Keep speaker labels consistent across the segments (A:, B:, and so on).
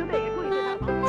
A: 球队也注意对他防守。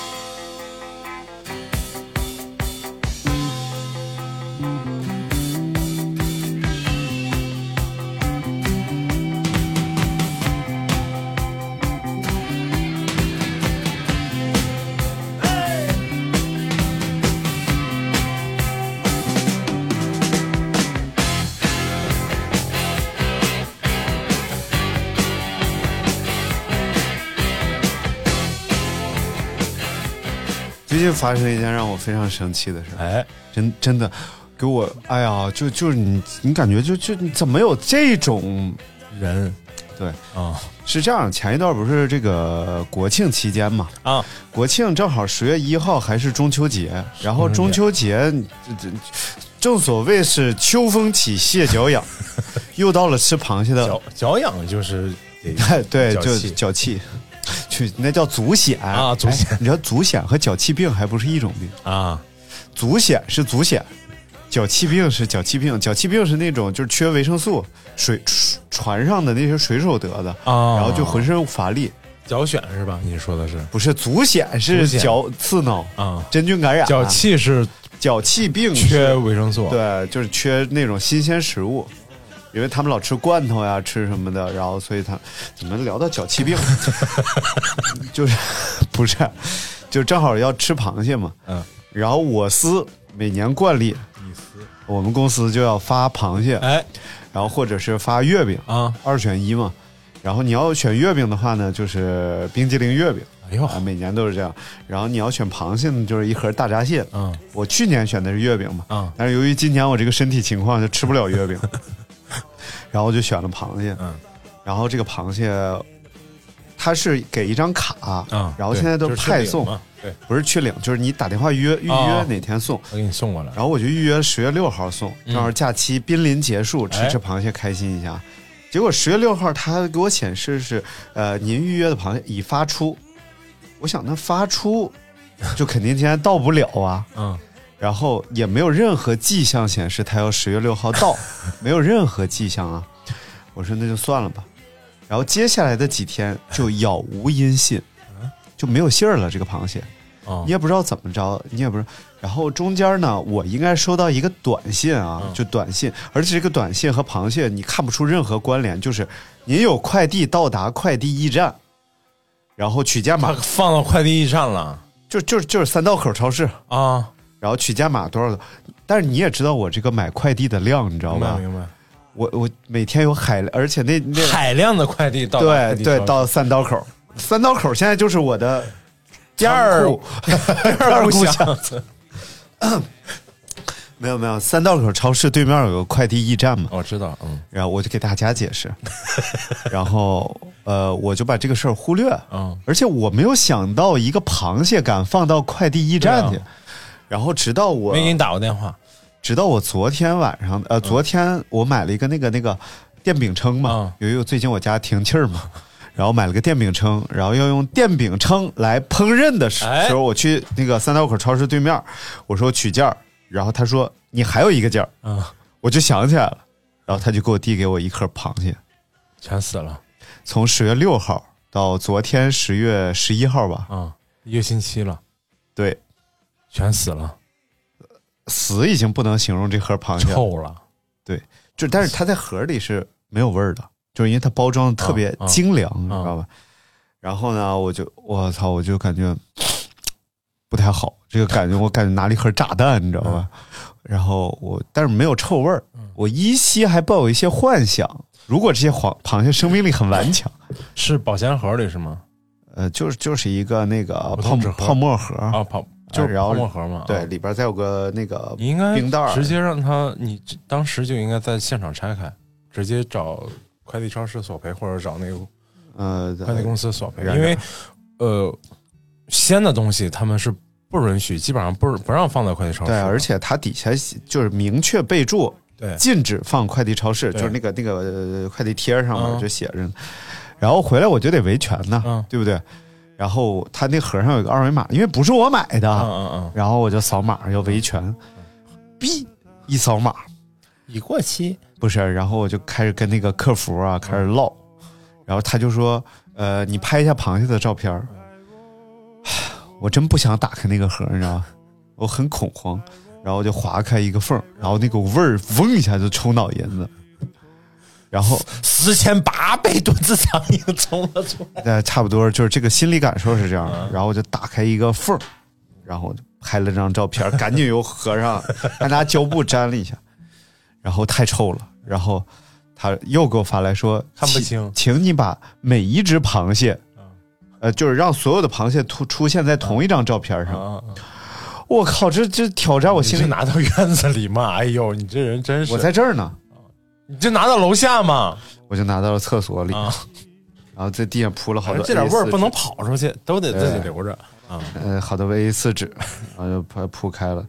B: 最近发生一件让我非常生气的事，
C: 哎，
B: 真真的给我，哎呀，就就是你，你感觉就就你怎么有这种？
C: 人
B: 对，
C: 啊
B: 是这样，前一段不是这个国庆期间嘛，
C: 啊，
B: 国庆正好十月一号还是中秋节，然后中秋节，这这正所谓是秋风起蟹脚痒，又到了吃螃蟹的
C: 脚，脚痒就是得
B: 嗯 对，
C: 脚
B: 就
C: 气
B: 脚气，去那叫足癣
C: 啊足癣
B: 哎你知道足癣和脚气病还不是一种病，
C: 啊，
B: 足癣是足癣，脚气病是脚气病，脚气病是那种就是缺维生素，水船上的那些水手得的，
C: 哦
B: 然后就浑身乏力。
C: 脚癣是吧？你说的是
B: 不是足癣啊是
C: 足癣
B: 脚刺挠
C: 啊
B: 真菌感染，
C: 脚气是
B: 脚气病是
C: 缺维生素，，啊
B: 对，就是缺那种新鲜食物，因为他们老吃罐头呀，吃什么的，然后所以他怎么聊到脚气 病，就是不是，就正好要吃螃蟹嘛，
C: 嗯，
B: 然后我司每年惯例，我们公司就要发螃蟹，
C: 哎
B: 然后或者是发月饼，
C: 啊，
B: 二选一嘛。然后你要选月饼的话呢，就是冰激凌月饼，
C: 哎呦
B: 啊，每年都是这样。然后你要选螃蟹呢，就是一盒大闸蟹。
C: 嗯，
B: 我去年选的是月饼嘛，
C: 嗯
B: 但是由于今年我这个身体情况就吃不了月 饼，然后我就选了螃蟹。
C: 嗯，
B: 然后这个螃蟹，它是给一张卡，
C: 啊，
B: 然后
C: 对
B: 现在都
C: 就是
B: 派送，
C: 领嘛对，
B: 不是去领，就是你打电话预约预约
C: 哦
B: 哪天送。
C: 我给你送过来，
B: 然后我就预约十月六号送，正好假期濒临结束，吃
C: 哎
B: 吃螃蟹开心一下。结果十月六号他给我显示是，呃，您预约的螃蟹已发出。我想那发出，就肯定今天到不了啊。
C: 嗯，
B: 然后也没有任何迹象显示他要十月六号到，没有任何迹象啊。我说那就算了吧。然后接下来的几天就杳无音信，就没有信儿了。这个螃蟹，
C: 哦
B: 你也不知道怎么着，你也不知道。然后中间呢，我应该收到一个短信啊，
C: 嗯
B: 就短信，而且这个短信和螃蟹你看不出任何关联，就是您有快递到达快递驿站，然后取件
C: 他
B: 码，
C: 放到快递驿站了
B: 就就就是三道口超市，
C: 啊，
B: 然后取件码多少个。但是你也知道我这个买快递的量，你知道
C: 明白
B: 吧？
C: 明白，
B: 我我每天有海，而且那那
C: 海量的快递到达快
B: 对
C: 递
B: 对
C: 超市
B: 到三刀口，三刀口现在就是我的
C: 第二
B: 仓库
C: 第二故乡，
B: 没有没有，三道口超市对面有个快递驿站嘛，
C: 我知道，嗯
B: 然后我就给大家解 释，然后呃，我就把这个事儿忽略，
C: 嗯
B: 而且我没有想到一个螃蟹敢放到快递驿站去，
C: 对啊
B: 然后直到我
C: 没给你嗯打过电话
B: 直到我昨天晚上，呃，昨天我买了一个那个那个电饼铛
C: 嗯
B: 嘛，由于我最近我家停气儿嘛，然后买了个电饼铛，然后要用电饼铛来烹饪的时
C: 哎
B: 时候，我去那个三道口超市对面，我说取件儿，然后他说你还有一个件儿，
C: 啊，
B: 我就想起来了，然后他就给我递给我一颗螃蟹，
C: 全死了
B: 从十月六号到昨天十月十一号吧，
C: 啊，一个星期了，
B: 对，
C: 全死了，
B: 死已经不能形容这盒螃蟹了，
C: 臭了，
B: 就但是它在盒里是没有味儿的，就是因为它包装的特别精良，你知道吧？然后呢，我就我操，我就感觉不太好，这个感觉我感觉拿了一盒炸弹，你知道吧？然后我但是没有臭味儿，我依稀还抱有一些幻想。如果这些螃螃蟹生命力很顽强，
C: 是保鲜盒里是吗？
B: 呃，就是就是一个那个
C: 普
B: 泡
C: 通纸
B: 沫
C: 盒
B: 泡沫盒，
C: 啊，泡
B: 就是
C: 泡
B: 然
C: 沫
B: 后
C: 盒嘛。
B: 对
C: 啊，
B: 里边再有个那个
C: 你应该
B: 冰袋儿
C: 直接让他，你这当时就应该在现场拆开，直接找快递超市索赔，或者找那个
B: 呃
C: 快递公司索赔，
B: 然
C: 因为呃，鲜的东西他们是不允许，基本上不不让放在快递超市
B: 对，
C: 的。
B: 而且它底下写就是明确备注
C: 对
B: 禁止放快递超市，就
C: 对
B: 是那个那个呃快递贴儿上
C: 嗯
B: 面就写着呢。然后回来我就得维权呢，
C: 嗯
B: 对不对？然后他那盒上有个二维码，因为不是我买的，
C: 嗯嗯嗯，
B: 然后我就扫码要维权，哔一扫码
C: 已过期。
B: 不是，然后我就开始跟那个客服啊开始唠，
C: 嗯
B: 然后他就说，呃，你拍一下螃蟹的照片儿。 我真不想打开那个盒儿，你知道吗？我很恐慌，然后我就划开一个缝儿，然后那股味儿嗡一下就抽脑银子，然后
C: 四千八百吨子苍蝇冲了出来，嗯
B: 呃，差不多就是这个心理感受是这样的。然后我就打开一个缝儿，然后我就拍了张照片，赶紧又合 上，还拿胶布粘了一下，然后太臭了。然后他又给我发来说，
C: 看不
B: 请
C: 清嗯
B: 请你把每一只螃蟹，呃，就是让所有的螃蟹突出现在同一张照片上。
C: 啊！
B: 我靠，这这挑战我
C: 你
B: 心
C: 是
B: 里，
C: 拿到院子里吗？哎呦，你这人真是！
B: 我在这儿呢，
C: 你这拿到楼下吗？
B: 我就拿到了厕所里，
C: 啊，
B: 然后在地上铺了好
C: 反
B: 多
C: 正这点味儿
B: A4
C: 不能跑出去，都得自己
B: 对
C: 留着。
B: 呃，好的 V 四纸， 然后就把它铺开了，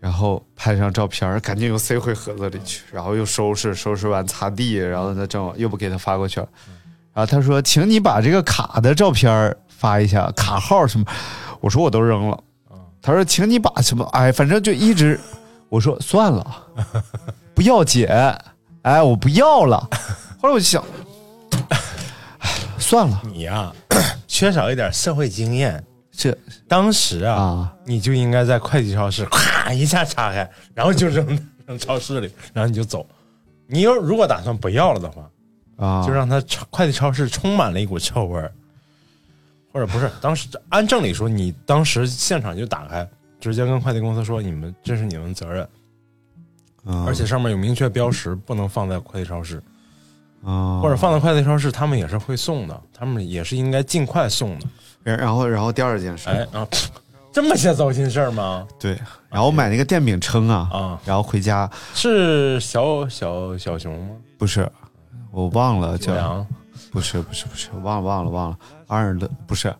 B: 然后拍张照片儿，赶紧又塞回盒子里去，然后又收拾，收拾完擦地，然后再正好又不给他发过去了。然后他说：“请你把这个卡的照片儿发一下，卡号什么？”我说：“我都扔了。”
C: 嗯
B: 他说：“请你把什么？哎，反正就一直。”我说：“算了，不要姐，哎，我不要了。”后来我就想，哎，算了
C: 你呀、 缺少一点社会经验，
B: 这
C: 当时啊，
B: 啊
C: 你就应该在快递超市咵一下插开，然后就扔扔超市里，然后你就走。你要如果打算不要了的话，
B: 啊，
C: 就让它超快递超市充满了一股臭味儿，或者不是？当时按正理说，你当时现场就打开，直接跟快递公司说，你们这是你们责任，
B: 嗯
C: 而且上面有明确标识，不能放在快递超市，
B: 啊，
C: 或者放在快递超市，他们也是会送的，他们也是应该尽快送的。
B: 然然后然后第二件事，
C: 哎啊，这么些糟心事儿吗？
B: 对，然
C: 哎
B: 后买那个电饼铛啊，
C: 啊
B: 然后回家
C: 是小小小熊吗？
B: 不是，我忘了
C: 九
B: 叫，
C: 阳
B: 不是不是不是，忘了忘了忘了，二人的不是，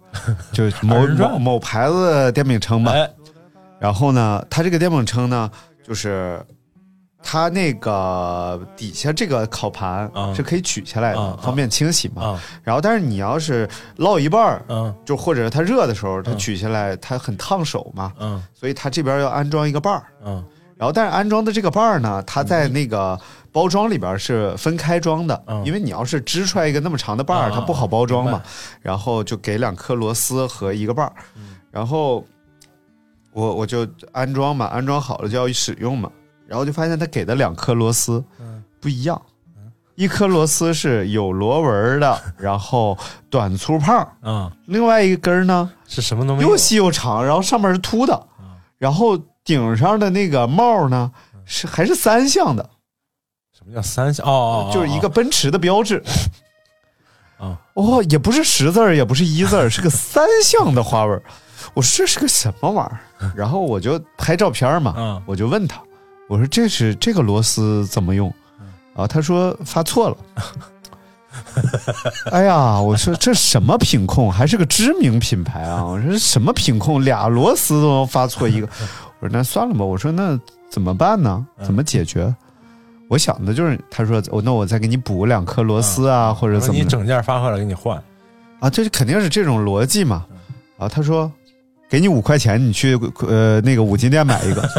B: 就是某
C: 二人转
B: 某某牌子的电饼铛吧。
C: 哎，
B: 然后呢，它这个电饼铛呢，就是它那个底下这个烤盘
C: 啊
B: 是可以取下来的，
C: 啊啊
B: 方便清洗嘛。
C: 啊
B: 然后，但是你要是烙一半儿，
C: 嗯
B: 就或者它热的时候，它
C: 嗯
B: 取下来它很烫手嘛，
C: 嗯
B: 所以它这边要安装一个把儿。
C: 嗯
B: 然后，但是安装的这个瓣儿呢，它在那个包装里边儿是分开装的，
C: 嗯
B: 因为你要是织出来一个那么长的瓣儿，
C: 啊
B: 它不好包装
C: 明
B: 嘛
C: 白。
B: 然后就给两颗螺丝和一个瓣儿，
C: 嗯
B: 然后我我就安装嘛，安装好了就要使用嘛，然后就发现它给的两颗螺丝
C: 嗯
B: 不一样，一颗螺丝是有螺纹儿的，然后短粗胖儿，
C: 嗯，
B: 另外一根儿呢
C: 是什么都没有嗯
B: 又细又长，然后上面是凸的，然后顶上的那个帽呢是还是三项的，
C: 什么叫三项？哦哦，哦
B: 就是一个奔驰的标 志。
C: 啊，
B: 哦，也不是十字儿，也不是一字儿，是个三项的花纹。我说这是个什么玩意 儿？然后我就拍照片儿嘛，
C: 嗯
B: 我就问他，我说这是这个螺丝怎么用？
C: 嗯
B: 啊，他说发错了。 哎呀，我说这什么品控，还是个知名品牌 啊！我说什么品控，俩螺丝都能发错一个。我说那算了吧，我说那怎么办呢？
C: 嗯
B: 怎么解决？我想的就是，他说哦，那我再给你补两颗螺丝啊，或者
C: 嗯然后
B: 怎
C: 哦你
B: 么的
C: 整件发回来给你换，
B: 啊？这肯定是这种逻辑嘛。
C: 嗯
B: 啊，他说给你五块钱，你去呃那个五金店买一 个。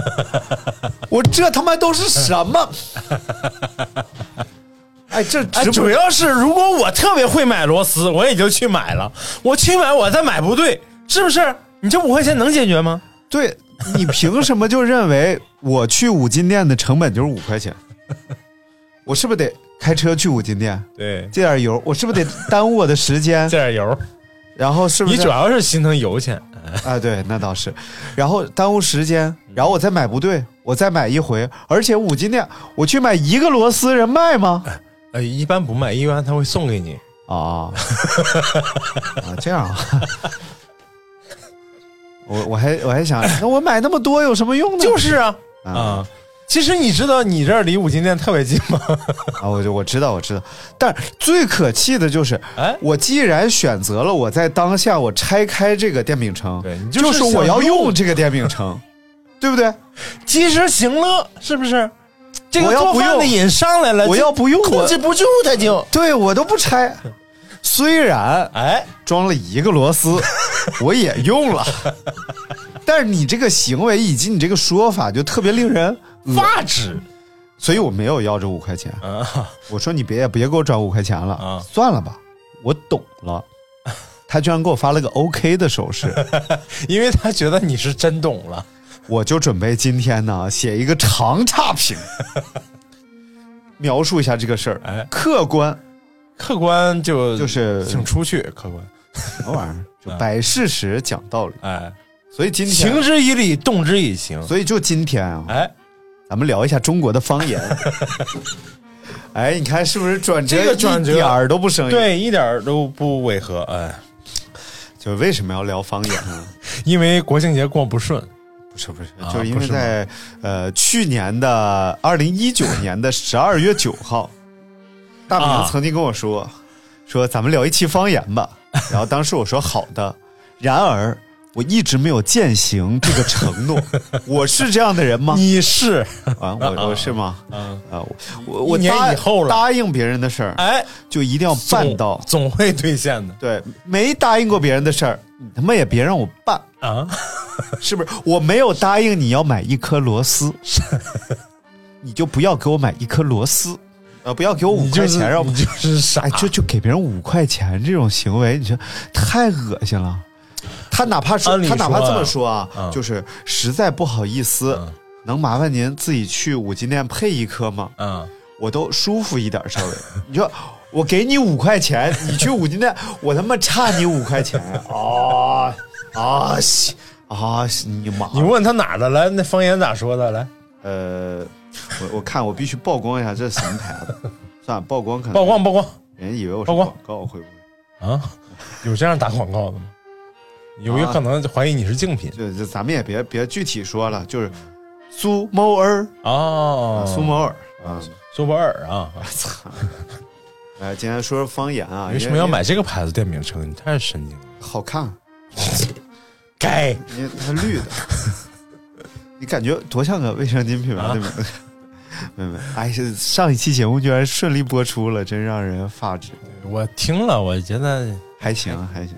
B: 我这他妈都是什么？哎，这直
C: 哎，
B: 播
C: 主要是如果我特别会买螺丝，我也就去买了。我去买，我再买不对，是不是？你这五块钱能解决吗？
B: 对你凭什么就认为我去五金店的成本就是五块钱？我是不是得开车去五金店
C: 对，
B: 借点油？我是不是得耽误我的时间
C: 加？点油。
B: 然后是不
C: 你
B: 是
C: 主要是心疼油钱，
B: 啊？对，那倒是。然后耽误时间，然后我再买不对，我再买一回。而且五金店我去买一个螺丝，人卖吗？
C: 呃，一般不卖，一般他会送给你。
B: 啊啊，这样啊。我我还我还想，那我买那么多有什么用呢？
C: 就是啊
B: 啊
C: 啊！其实你知道你这儿离五金店特别近吗？
B: 啊，我就我知道我知道，但是最可气的就是，
C: 哎
B: 我既然选择了我在当下我拆开这个电饼铛，
C: 对你就
B: 就是是我
C: 想
B: 要
C: 用
B: 用这个电饼铛， 对不对？
C: 及时行乐是不是？这个
B: 我要
C: 做
B: 不
C: 饭的
B: 用
C: 瘾上来了，
B: 我
C: 就
B: 要不用我
C: 控制不住他就
B: 对我都不拆，虽然
C: 哎，
B: 装了一个螺丝， 我也用了，但是你这个行为以及你这个说法就特别令人恶
C: 发指
B: 所以我没有要这五块钱，
C: 啊！
B: 我说你别也别给我转五块钱了，
C: 啊
B: 算了吧，我懂了。他居然给我发了个 OK 的手势，
C: 因为他觉得你是真懂了，
B: 我就准备今天呢写一个长差 评，描述一下这个事儿，
C: 哎
B: 客观
C: 客观就
B: 就是
C: 请出去，客观
B: 什么玩意儿，
C: 嗯
B: 就摆事实讲道理。
C: 哎，
B: 所以今
C: 行
B: 天，
C: 之以理，动之以情，
B: 所以就今天啊，
C: 哎，
B: 咱们聊一下中国的方 言。哎，你看是不是转折？
C: 这个转折
B: 一点儿都不生硬。，
C: 对，一点儿都不违和，哎，
B: 就是为什么要聊方言呢？
C: 因为国庆节过不顺，
B: 不是不是
C: 啊，
B: 就是因
C: 不
B: 为
C: 是吗
B: 在、呃去年的二零一 九年的十二月九号，大
C: 啊
B: 明曾经跟我说、说咱们聊一期方言 吧，然后当时我说好的，然而我一直没有践行这个承 诺，我是这样的人吗？
C: 你是
B: 啊，我我是吗？
C: 嗯，
B: 啊，我我我
C: 一年
B: 答
C: 以后了
B: 答应别人的事儿，
C: 哎，
B: 就一定要办到。
C: 总会兑现的
B: 对，没答应过别人的事儿，你他妈也别让我办。
C: 啊，
B: 是不是？我没有答应你要买一颗螺丝， 你就不要给我买一颗螺丝，呃，不要给我五
C: 你就
B: 块
C: 是
B: 钱，让我
C: 你就是傻
B: 哎，，就就给别人五块钱这种行为，你说太恶心了。他哪怕说，
C: 按理
B: 他哪怕
C: 说啊
B: 这么说啊，
C: 嗯
B: 就是实在不好意思，
C: 嗯
B: 能麻烦您自己去五金店配一颗吗？
C: 嗯，
B: 我都舒服一点，稍微。你说我给你五块 钱，你去五金店，我他妈差你五块钱啊啊西啊西你妈！
C: 你问他哪儿的来，那方言咋说的来？
B: 呃，我我看我必须曝光一下这是什么 牌子，算了，曝光可能
C: 曝光曝光
B: 人以为我是
C: 曝光
B: 广告，会不会？
C: 啊，有这样打广告的吗？有有可能怀疑你是竞品
B: 就就咱们也别别具体说了，就是苏某尔，
C: 哦，
B: 苏某尔啊，
C: 苏泊尔啊，
B: 操！哎，今天说说方言啊，
C: 为什么要买这个牌子电瓶车？你太神经了！哎
B: 因为好看，
C: 该
B: 因为它 绿的，你感觉多像个卫生巾品牌
C: 啊
B: 对吧？没有没有，哎，是上一期节目居然顺利播出了，真让人发指。
C: 我听了，我觉得
B: 还
C: 哎
B: 行还行，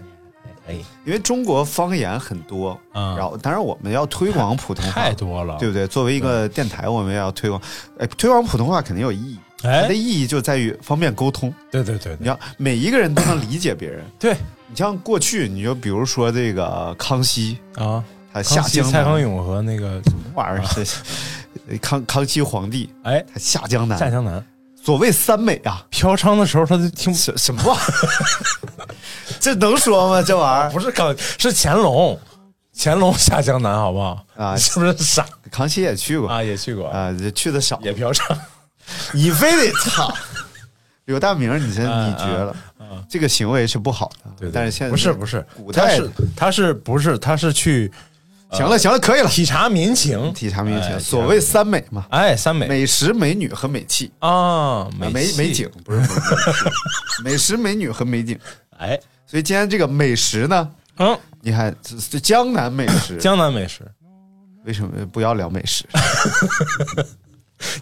C: 可以，
B: 因为中国方言很多，
C: 哎嗯
B: 然后当然我们要推广普通话
C: 太，多了，
B: 对不对？作为一个电台，我们也要推广，哎，推广普通话肯定有意义，它
C: 哎
B: 的，意义就在于方便沟通。
C: 对对对
B: 你
C: 对
B: 要每一个人都能理解别 人，
C: 对
B: 你像过去，你就比如说这个康熙，
C: 啊！
B: 他下
C: 康熙、
B: 江
C: 蔡
B: 南，
C: 康
B: 什
C: 永和那个
B: 么玩意儿？
C: 嗯
B: 这是康康熙皇帝
C: 哎，
B: 他下江南，
C: 夏江南
B: 所谓三美啊，
C: 嫖娼的时候，他就听
B: 什什 么玩意儿？这能说吗？这玩意
C: 不是康，是乾隆，乾隆下江南，好不好？
B: 啊
C: 是不是傻
B: 儿？康熙也去过
C: 啊？也去过，
B: 啊，这去的少，
C: 也嫖娼，
B: 你非得操 刘大明，你真
C: 嗯
B: 你绝了，这个行为是不好的。
C: 对对
B: 但是现在
C: 不是不是，
B: 古
C: 他
B: 代
C: 是他是不是他是去
B: 行了行了，可以了，
C: 体察民情，
B: 体察民
C: 哎
B: 情，所谓三美嘛，
C: 哎三美
B: 美食、美女和美气，
C: 啊
B: 啊
C: 美
B: 美
C: 气
B: 美景不是美气 美食、美女和美景。
C: 哎
B: 所以今天这个美食呢，
C: 嗯
B: 你看这这江南美食，
C: 江南美食，
B: 为什么不要聊美食？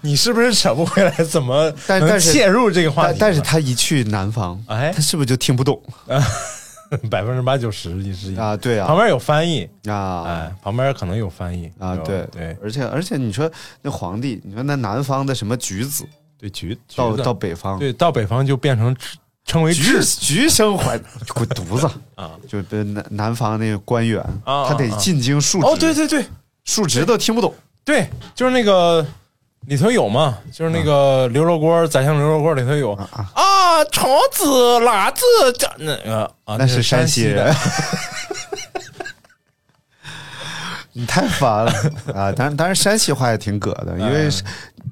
C: 你是不是扯不回来？怎么
B: 但
C: 能
B: 但是
C: 切入这个话
B: 但
C: 题？
B: 但是他一去南方，
C: 哎
B: 他是不是就听不懂
C: 百分之八九十你是一
B: 啊？对
C: 旁
B: 啊，
C: 边有翻译，
B: 啊。
C: 哎，旁边可能有翻译
B: 啊，
C: 有
B: 对
C: 对
B: 而且而且，你说那皇帝，你说那南方的什么橘子，
C: 对，橘橘
B: 到
C: 子
B: 到北方，
C: 对到北方就变成吃称为
B: 橘
C: 枳
B: 橘生还滚犊子
C: 啊！
B: 就这南南方那个官员，
C: 啊
B: 他得
C: 啊啊
B: 进京述职，
C: 哦，对对对
B: 述职都听不懂。
C: 对，就是那个里头有嘛，就是那个牛肉锅，宰相牛肉锅里头有啊，虫子、辣子，这那个啊，
B: 那是山西
C: 西
B: 人
C: 的，
B: 你太烦 了啊！当然，当然，山西话也挺葛
C: 哎
B: 的，因为是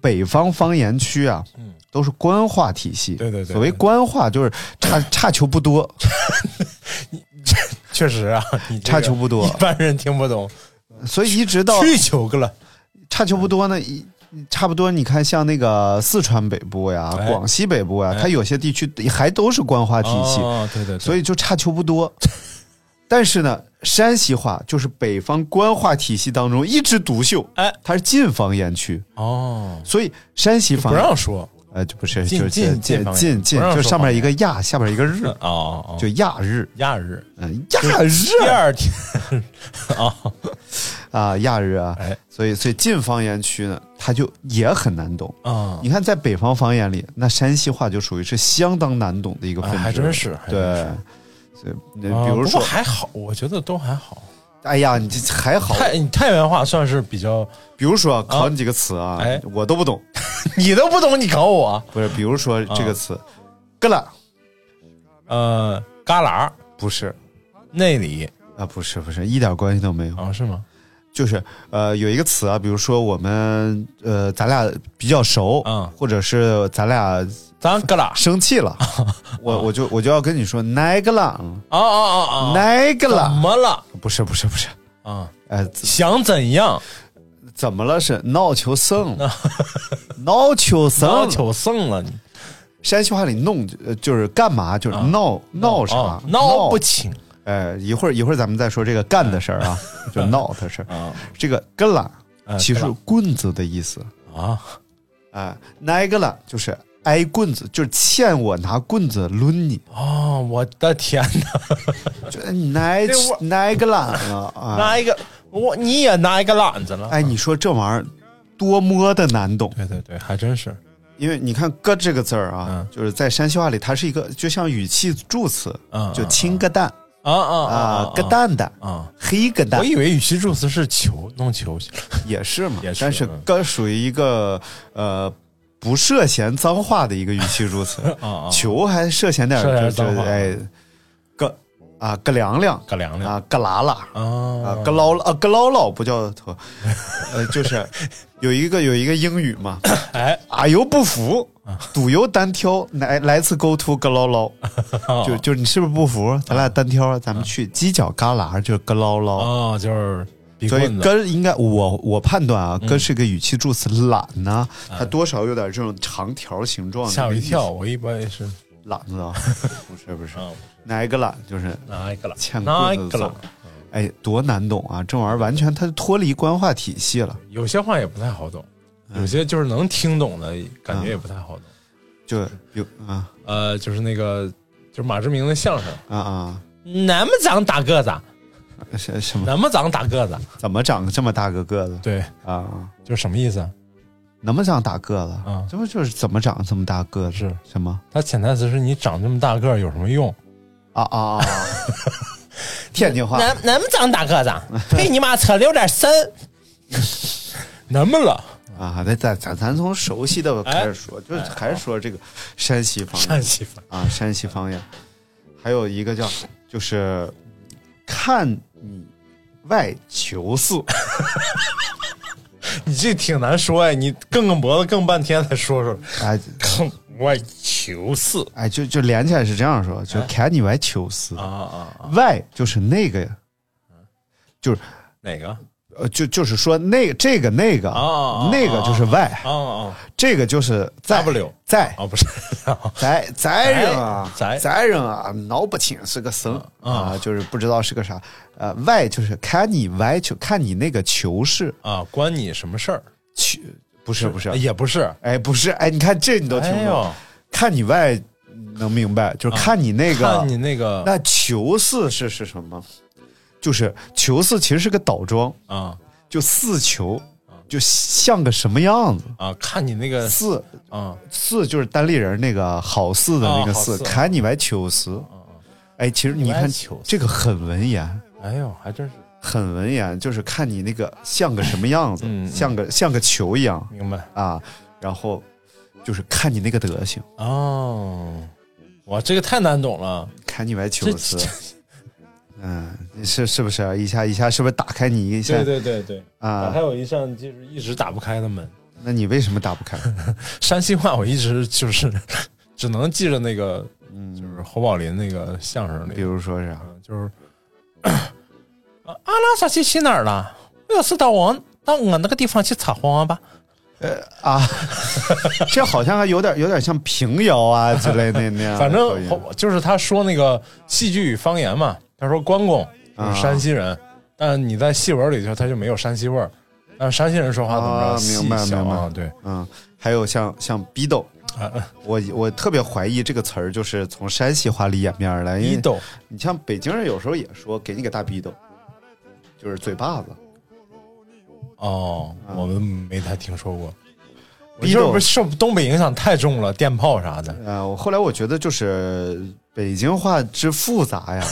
B: 北方方言区啊，都是官话体系。
C: 嗯对对对
B: 所谓官话就是差差球不多，
C: 确实啊，你这
B: 差
C: 个
B: 球不多
C: 一般人听不懂，
B: 所以一直到
C: 去球个了，
B: 差球不多呢，一差不多。你看，像那个四川北部呀、
C: 哎
B: 广西北部呀，
C: 哎
B: 它有些地区还都是官话体系，
C: 哦对对对，
B: 所以就差球不多。 但是呢，山西话就是北方官话体系当中一枝独秀，
C: 哎，
B: 它是晋方言区，
C: 哦，
B: 所以山西方
C: 不让说
B: 呃就不是
C: 晋
B: 就是
C: 晋晋
B: 晋
C: 方言
B: 晋晋
C: 不让，
B: 就
C: 说
B: 上面一个亚，下面一个日，
C: 哦哦，
B: 就亚日，
C: 亚日，
B: 嗯，亚日
C: 第二天 啊，
B: 啊，亚日啊，
C: 哎
B: 所以所以晋方言区呢，它就也很难懂。
C: 啊，
B: 你看，在北方方言里，那山西话就属于是相当难懂的一个分支，
C: 哎还真是还真
B: 对
C: 是。
B: 所以，那
C: 啊
B: 比如
C: 不
B: 说
C: 过，还好，我觉得都还好。
B: 哎呀，你这还好。
C: 太你太原话算是 比较，
B: 比如说，考你几个词啊，
C: 哎
B: 我都不懂。
C: 你都不懂，你考我？
B: 不是，比如说
C: 啊
B: 这个词，疙瘩
C: 呃，旮旯
B: 不是
C: 内里
B: 啊，不是不是，一点关系都没有。
C: 啊，是吗？
B: 就是呃，有一个词啊，比如说我们呃，咱俩比较熟，
C: 嗯
B: 或者是咱俩
C: 咱旮旯啊
B: 生气了，我我就我就要跟你说，哪个了，
C: 啊啊啊，
B: 哪个哦
C: 怎
B: 了？
C: 么了
B: 不是不是不是，
C: 啊？
B: 哎，
C: 想怎样？
B: 怎么了？是闹球生， 闹球
C: 想
B: 生。
C: 求胜了你
B: 山西话里弄呃就是干嘛，就是闹、闹啥、
C: 啊闹不。清
B: 哎，一会儿一会儿咱们再说这个干的事儿 啊，就闹的事儿。
C: 啊
B: 这个根啦，
C: 哎
B: 其实
C: 根
B: 是
C: 啦
B: 棍子的意思
C: 啊
B: 啊。挨个啦就是挨棍子，就是欠我拿棍子抡你，
C: 啊！我的天哪，
B: 就挨
C: 这我
B: 挨个啦啊 啊！
C: 拿一个我你也拿一个懒子了？
B: 哎，你说这玩意儿多么的难懂。
C: 对对对，还真是
B: 因为你看“咯”这个字儿啊，
C: 嗯
B: 就是在山西话里，它是一个就像语气助词，
C: 嗯
B: 就
C: 嗯
B: 亲个蛋
C: 啊啊
B: 啊，个蛋蛋，
C: 啊！
B: 黑个蛋
C: 我以为语气助词是球弄球
B: 也是嘛，
C: 也是
B: 但是“
C: 嗯
B: 咯”属于一个呃不涉嫌脏话的一个语气助 词，
C: 啊啊，
B: 球还涉嫌点
C: 涉嫌
B: 儿，就
C: 脏
B: 是
C: 话
B: 哎，咯啊咯凉凉
C: 个凉凉
B: 啊咯啦啦啊
C: 啊
B: 咯唠啊咯唠唠不叫头，呃就是有一个有一个英语 嘛，
C: 哎
B: 啊油不服，赌油单挑，来来次 go to 咯唠唠。 就
C: 就
B: 就你是不是不服？咱俩单挑，咱们去犄角旮旯，就是咯唠唠。
C: 啊就是比
B: 所以
C: 棍子嗯
B: 跟应该我我判断啊，跟是个语气助词，懒呢，它多少有点这种长条形状。
C: 啊吓我一跳，，我一般也是
B: 懒子 啊，不是不是
C: 啊，
B: 哪一个懒就是
C: 拿一个懒，
B: 欠
C: 拿
B: 棍
C: 一
B: 子
C: 个
B: 走
C: 懒。。
B: 哎，多难懂啊！这玩意儿完全它脱离官话体系了。
C: 有些话也不太好懂，有些就是能听懂的感觉也不太好懂。
B: 就有啊
C: 呃，就是那个，就是马志明的相声，
B: 啊啊，
C: 那么长大个子，啊
B: 什什么
C: 那么长大个子，啊
B: 怎么长这么大个个子
C: 对，
B: 啊？
C: 就是什么意思啊？
B: 能不长大个子
C: 啊
B: 这不就是怎么长这么大个子？
C: 是
B: 什么？
C: 他潜台词是你长这么大个儿有什么用？
B: 啊啊 啊！天津话，
C: 那么长大个子，呸你妈扯六点三， 那么了，
B: 啊，那咱咱咱从熟悉的开始说，就是还是说这个山西方言
C: 哎山西话
B: 啊，山西方言，还有一个叫就是看你外求 似，
C: 你这挺难说哎，你梗梗脖子梗半天才说出来，
B: 哎
C: 梗外求似
B: 哎，就就连起来是这样说，就看你外求似，
C: 哎啊嗯啊，
B: 外就是那个，就是
C: 哪个？
B: 呃就就是说那这个那个
C: 啊啊
B: 那个就是外，
C: 啊啊
B: 这个就是在
C: W
B: 在
C: 啊，不是，
B: 宅宅人啊，
C: 宅
B: 宅人啊，脑不清是个神
C: 嗯
B: 啊，就是不知道是个啥。呃，外就是看你歪球，看你那个球是
C: 啊，关你什么事儿？
B: 球，不是不是，
C: 也不是，
B: 哎不是，哎你看这你都听
C: 哎
B: 不
C: 呦啊
B: 懂，，看你歪能明白，就是看你那个
C: 看你那个
B: 那球四是是什么？就是球四其实是个倒装，
C: 啊
B: 就四球，
C: 嗯
B: 就像个什么样子？
C: 啊，看你那个
B: 四
C: 啊
B: 四就是单立人那个好似的那个
C: 啊好嗯
B: 似，
C: 似
B: 看你歪球四。哎，其实你
C: 歪
B: 看
C: 球
B: 这个很文言，
C: 哎呦，还真是
B: 很文言，就是看你那个像个什么样子，
C: 嗯嗯
B: 像个像个球一样
C: 明白
B: 啊，然后就是看你那个德行，
C: 哦。哇，这个太难懂了，
B: 看你歪球
C: 这
B: 四
C: 这，
B: 嗯，是是不是一下一下是不是打开你一下
C: 对对对对
B: 啊
C: 还？有一扇就是一直打不开的门。
B: 那你为什么打不 开？
C: 山西话我一直就是
B: 嗯
C: 只能记着那个，就是侯宝林那个相声
B: 比
C: 里，
B: 如说是啥啊
C: 嗯就是 啊阿拉萨去去哪儿了？我要是到我到我那个地方去撒谎吧。
B: 啊， 这好像还有点有点像平谣啊之类的那样的
C: 反
B: 口音。
C: 正就是他说那个戏剧与方言嘛，他说关公
B: 啊
C: 就是山西人，但你在戏文里头他就没有山西味儿。但山西人说话怎么着？
B: 啊
C: 细
B: 明白
C: 小
B: 明
C: 啊，
B: 白
C: 对，
B: 嗯，还有像像逼斗，
C: 啊
B: 我我特别怀疑这个词儿就是从山西话里演变而来。因为
C: 一斗
B: 你像北京人有时候也说给你个大逼斗，就是嘴巴子。
C: 哦，
B: 啊
C: 我们没太听说过。我
B: 逼
C: 就是
B: 斗
C: 不是受东北影响太重了，电炮啥的。
B: 呃，我后来我觉得就是北京话之复杂 呀，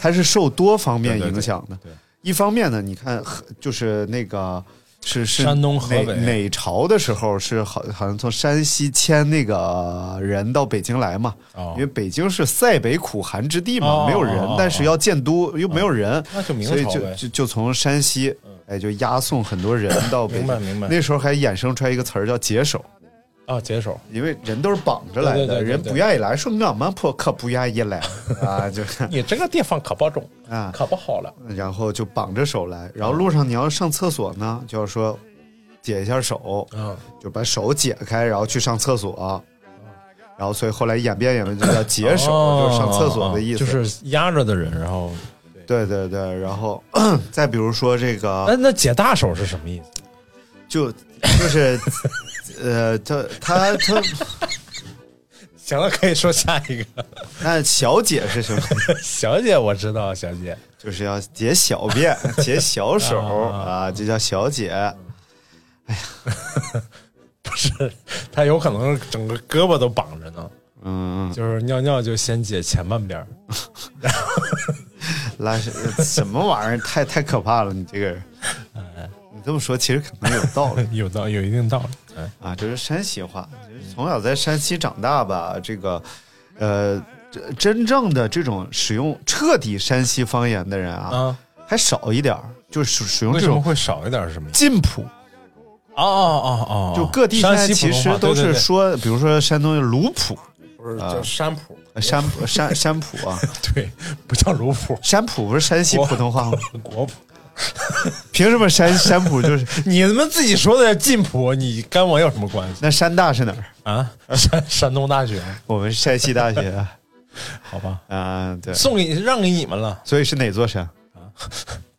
B: 它是受多方面影响的。
C: 对对对
B: 一方面呢，你看和就是那个是是
C: 山东河北
B: 哪哪朝的时候是好好像从山西迁那个人到北京来嘛，
C: 哦
B: 因为北京是塞北苦寒之地嘛，
C: 哦
B: 没有人，
C: 哦哦哦哦
B: 但是要建都又没有人，
C: 那就明朝
B: 所以就
C: 呗嗯
B: 就就从山西哎就押送很多 人到北京，
C: 明白明白
B: 那时候还衍生出来一个词儿叫解手。
C: 啊，解手
B: 因为人都是绑着来的，
C: 对对对对
B: 人不愿意来，说俺们破可不愿意 来啊，就是
C: 你这个地方可不中
B: 啊
C: 可不好了。
B: 然后就绑着手来，然后路上你要上厕所呢，就要说解一下手，
C: 嗯，
B: 就把手解开，然后去上厕所，然后所以后来演变演变就叫解手，
C: 哦
B: 就是上厕所的意思，
C: 就是压着的人，然后
B: 对对对，然后 再比如说这个，
C: 那那解大手是什么意思？
B: 就就是。 呃，他他他，
C: 行了，可以说下一个。
B: 那小姐是什么？
C: 小姐，我知道，小姐
B: 就是要解小便、 解小手
C: 啊
B: 啊，这叫小姐。
C: 不是，她有可能整个胳膊都绑着呢，
B: 嗯，
C: 就是尿尿就先解前半边儿，
B: 拉屎什么玩意儿？太太可怕了，你这个人。
C: 哎
B: 你这么说其实可能有道理
C: 有道有一定道理。哎
B: 啊，这是山西话。就是从小在山西长大吧，这个，呃，这真正的这种使用彻底山西方言的人啊，
C: 啊，
B: 还少一点儿，就是使使用
C: 为
B: 这
C: 什么
B: 种
C: 会少一点是什么意思？
B: 晋普。啊
C: 哦哦哦哦
B: 就各地现
C: 山
B: 在
C: 西
B: 其
C: 普通
B: 实
C: 话
B: 都
C: 对对
B: 是
C: 对
B: 说，比如说山东的鲁普、
C: 不是叫山普，
B: 呃山普山山普啊，
C: 对，不叫卢普，
B: 山普不是山西普通话吗？
C: 国普。
B: 凭什么山 山普就是？
C: 你们自己说的晋普，你跟我有什么关系
B: 那山大是哪儿？
C: 啊？山山东大学，
B: 我们是山西大学
C: 好吧，
B: 啊，对，
C: 送给让给你们了，
B: 所以是哪座山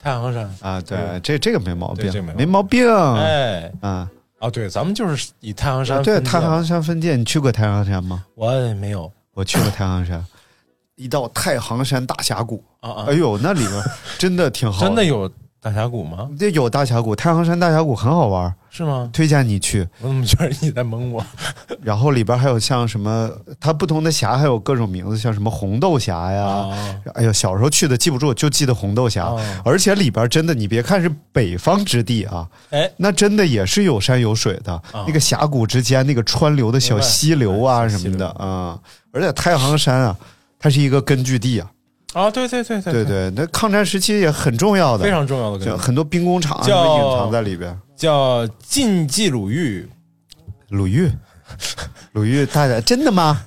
C: 太行山。
B: 啊？对，这这个没毛
C: 对
B: 病
C: 这，没
B: 没毛病啊。
C: 哎，啊，对，咱们就是以太行山
B: 啊对，
C: 分界
B: 太行山分界，你去过太行山吗？
C: 我也没有
B: 我去过太行 山，一到太行山大峡谷，
C: 啊啊
B: 哎，呦，那里面真的挺好，
C: 真的。有大峡谷吗？
B: 这有大峡谷，太行山大峡谷很好玩，
C: 是吗？
B: 推荐你去。
C: 我怎么觉得你在蒙我？
B: 然后里边还有像什么，它不同的峡还有各种名字，像什么红豆峡呀，
C: 哦
B: 哎呦，小时候去的记不住，就记得红豆峡，
C: 哦
B: 而且里边真的，你别看是北方之地啊，
C: 哎，
B: 那真的也是有山有水的，
C: 啊
B: 那个峡谷之间那个川流的小溪流啊
C: 明白哎
B: 什么的啊、而且太行山啊，它是一个根据地啊，
C: 啊，对对 对
B: 对对，那抗战时期也很重要的，
C: 非常重要的
B: 就
C: 根据
B: 很多兵工厂啊什
C: 叫
B: 么隐藏在里边。
C: 叫晋冀鲁豫，
B: 鲁豫，鲁豫大家真的 吗？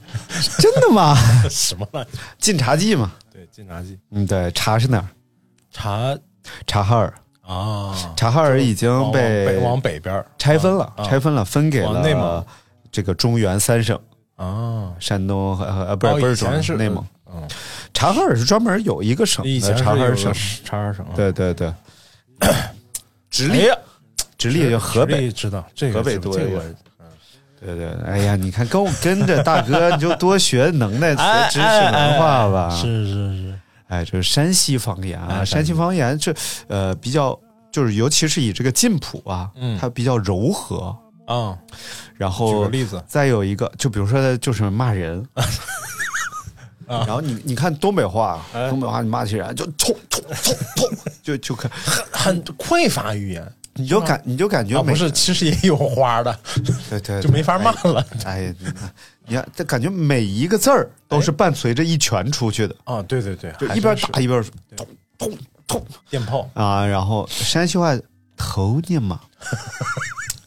B: 真的吗？
C: 什么玩意儿？
B: 晋察冀嘛，
C: 对，晋察冀
B: 嗯，对，察是哪儿？
C: 察
B: 察哈尔，
C: 啊，
B: 察哈尔已经
C: 往往
B: 被
C: 北往北边儿
B: 拆分了，
C: 啊
B: 拆分了，分给
C: 往内蒙
B: 了这个中原三省，
C: 啊，
B: 山东和呃不
C: 哦
B: 是不
C: 以
B: 是中
C: 前是
B: 原内蒙，
C: 嗯，
B: 察哈尔是专门有一个省
C: 以
B: 的
C: 前是
B: 察哈尔
C: 有
B: 省
C: 个，察哈尔省啊，
B: 对对 对，直
C: 哎
B: 隶
C: 呀，
B: 直隶就河
C: 直
B: 北，
C: 隶知道这个
B: 河北
C: 知道
B: 多
C: 这
B: 一
C: 个
B: 个
C: 我
B: 对对，哎呀，你看跟我跟着大哥你就多学能耐
C: 哎
B: 学知识文化吧，
C: 是是是，
B: 哎，这是山西方言啊，
C: 哎
B: 山西
C: 山西
B: 方言这呃比较就是尤其是以这个晋普啊
C: 嗯，
B: 它比较柔和，
C: 啊，
B: 然
C: 举
B: 后
C: 个例子啊
B: 再有一个，就比如说就是骂 人，然后你你看东北话，
C: 哎
B: 东北话你骂起人就冲冲冲冲，就就 看
C: 很匮乏语言。
B: 你就感你就感觉
C: 啊，
B: 每
C: 不是，其实也有花的，
B: 对对
C: 就没法骂。
B: 对
C: 了。
B: 哎呀，你看你看，这感觉每一个字儿都是伴随着一拳出去的，
C: 啊，对对对，
B: 就
C: 还
B: 一边
C: 真哎是
B: 打一边说冲冲冲
C: 电炮，
B: 啊，然后山西话头你 妈，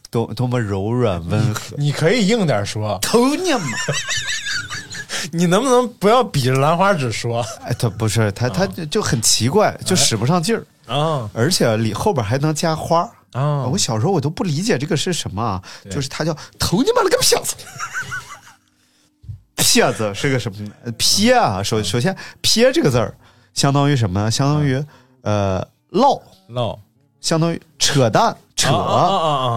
B: 多多么柔软温和，
C: 你可以硬点说，
B: 头你妈。
C: 你能不能不要比着兰花指说？
B: 啊哎，他不是他，他就就很奇怪，就使不上劲儿。
C: 啊
B: 而且里后边还能加花儿。
C: 啊！
B: 哦我小时候我都不理解这个是什么啊，
C: 对
B: 就是它叫头你妈了个撇子。 撇子是个什么呢？呃撇啊，首首先撇这个字儿相当于什么呢？相当于呃唠，
C: 唠
B: 相当于扯淡扯。
C: 啊啊